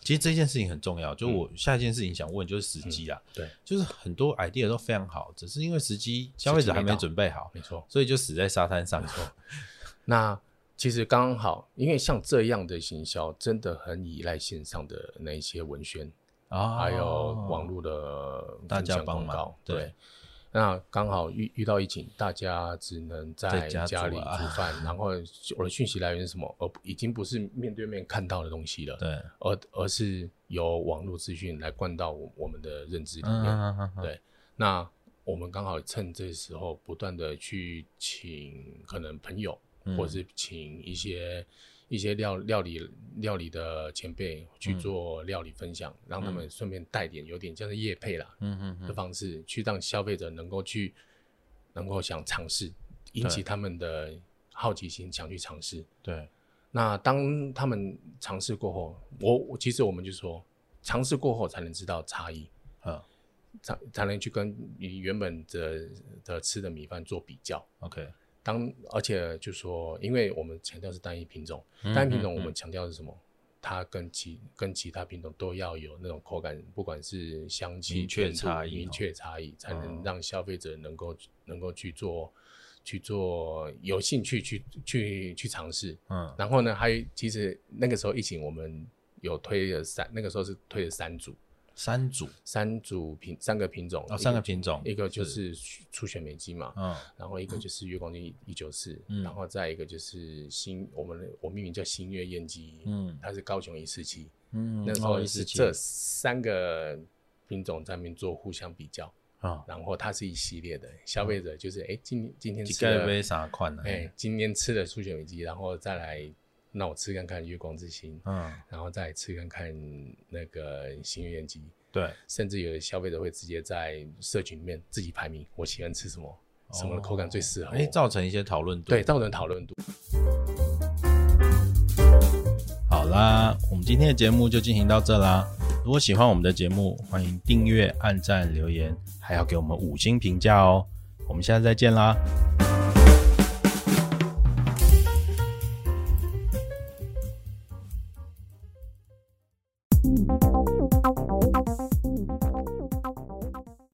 [SPEAKER 3] 其实这件事情很重要，就我下一件事情想问就是时机啦，
[SPEAKER 2] 对，
[SPEAKER 3] 就是很多 idea 都非常好，只是因为嗯时机消费者还没准备好，
[SPEAKER 2] 没错。
[SPEAKER 3] 所以就死在沙滩上。
[SPEAKER 2] 那其实刚好，因为像这样的行销，真的很依赖线上的那一些文宣，
[SPEAKER 3] 啊
[SPEAKER 2] 还有网络的
[SPEAKER 3] 大家
[SPEAKER 2] 分享
[SPEAKER 3] 帮
[SPEAKER 2] 广
[SPEAKER 3] 忙
[SPEAKER 2] 告。
[SPEAKER 3] 对
[SPEAKER 2] 对，那刚好遇遇到疫情，大家只能
[SPEAKER 3] 在
[SPEAKER 2] 在
[SPEAKER 3] 家
[SPEAKER 2] 家里
[SPEAKER 3] 煮啊
[SPEAKER 2] 煮饭，
[SPEAKER 3] [LAUGHS]
[SPEAKER 2] 然后我的讯息来源是什么？而不已经不是面对面看到的东西了，
[SPEAKER 3] 对，
[SPEAKER 2] 而而是由网络资讯来灌到我我们的认知里
[SPEAKER 3] 嗯
[SPEAKER 2] 面。
[SPEAKER 3] 嗯嗯嗯
[SPEAKER 2] 对，那我们刚好趁这时候不断的去请可能朋友，
[SPEAKER 3] 嗯
[SPEAKER 2] 或是请一些一些料料理料理的前辈去
[SPEAKER 3] 嗯
[SPEAKER 2] 做料理分享，让他们顺便带点有点像是业配啦、
[SPEAKER 3] 嗯嗯
[SPEAKER 2] 的方式，去让消费者能够去能够想尝试，引起他们的好奇心，想去尝试。
[SPEAKER 3] 对，
[SPEAKER 2] 那当他们尝试过后，我我其实我们就说，尝试过后才能知道差异。
[SPEAKER 3] 嗯
[SPEAKER 2] 才才能去跟你原本的的吃的米饭做比较。
[SPEAKER 3] ，OK，
[SPEAKER 2] 当而且就说，因为我们强调是单一品种，
[SPEAKER 3] 嗯
[SPEAKER 2] 单一品种我们强调的是什么？它跟其跟其他品种都要有那种口感，不管是香气、
[SPEAKER 3] 明确
[SPEAKER 2] 甜度
[SPEAKER 3] 差异
[SPEAKER 2] 明
[SPEAKER 3] 哦
[SPEAKER 2] 确差异，才
[SPEAKER 3] 哦
[SPEAKER 2] 能让消费者能够能够去做去做有兴趣去去去尝试。
[SPEAKER 3] 嗯
[SPEAKER 2] 然后呢，还有其实那个时候疫情，我们有推了三，那个时候是推了三组，
[SPEAKER 3] 三组
[SPEAKER 2] 三组品三个品种，
[SPEAKER 3] 哦，三个品种，
[SPEAKER 2] 一个就是初选美肌嘛，
[SPEAKER 3] 嗯
[SPEAKER 2] 然后一个就是月光金一九四，
[SPEAKER 3] 嗯
[SPEAKER 2] 然后再一个就是新我们我命名叫新月燕姬，
[SPEAKER 3] 嗯
[SPEAKER 2] 它是高雄一四七，
[SPEAKER 3] 嗯，
[SPEAKER 2] 那时候
[SPEAKER 3] 一
[SPEAKER 2] 是
[SPEAKER 3] 四七
[SPEAKER 2] 这三个品种在面做互相比较，
[SPEAKER 3] 啊，
[SPEAKER 2] 然后它是一系列的，消
[SPEAKER 3] 嗯
[SPEAKER 2] 费者就是哎今今天
[SPEAKER 3] 一
[SPEAKER 2] 吃
[SPEAKER 3] 盖杯
[SPEAKER 2] 了，
[SPEAKER 3] 啥款呢？
[SPEAKER 2] 哎今天吃了初选美肌，然后再来那我吃看看月光之星，
[SPEAKER 3] 嗯，
[SPEAKER 2] 然后再吃看看那个新月燕姬，
[SPEAKER 3] 对，
[SPEAKER 2] 甚至有的消费者会直接在社群里面自己排名，我喜欢吃什么，什么的口感最适合我。
[SPEAKER 3] 哎，造成一些讨论度。
[SPEAKER 2] 对造成讨论度。
[SPEAKER 3] 好啦，我们今天的节目就进行到这啦。如果喜欢我们的节目，欢迎订阅、按赞、留言，还要给我们五星评价哦。我们下次再见啦，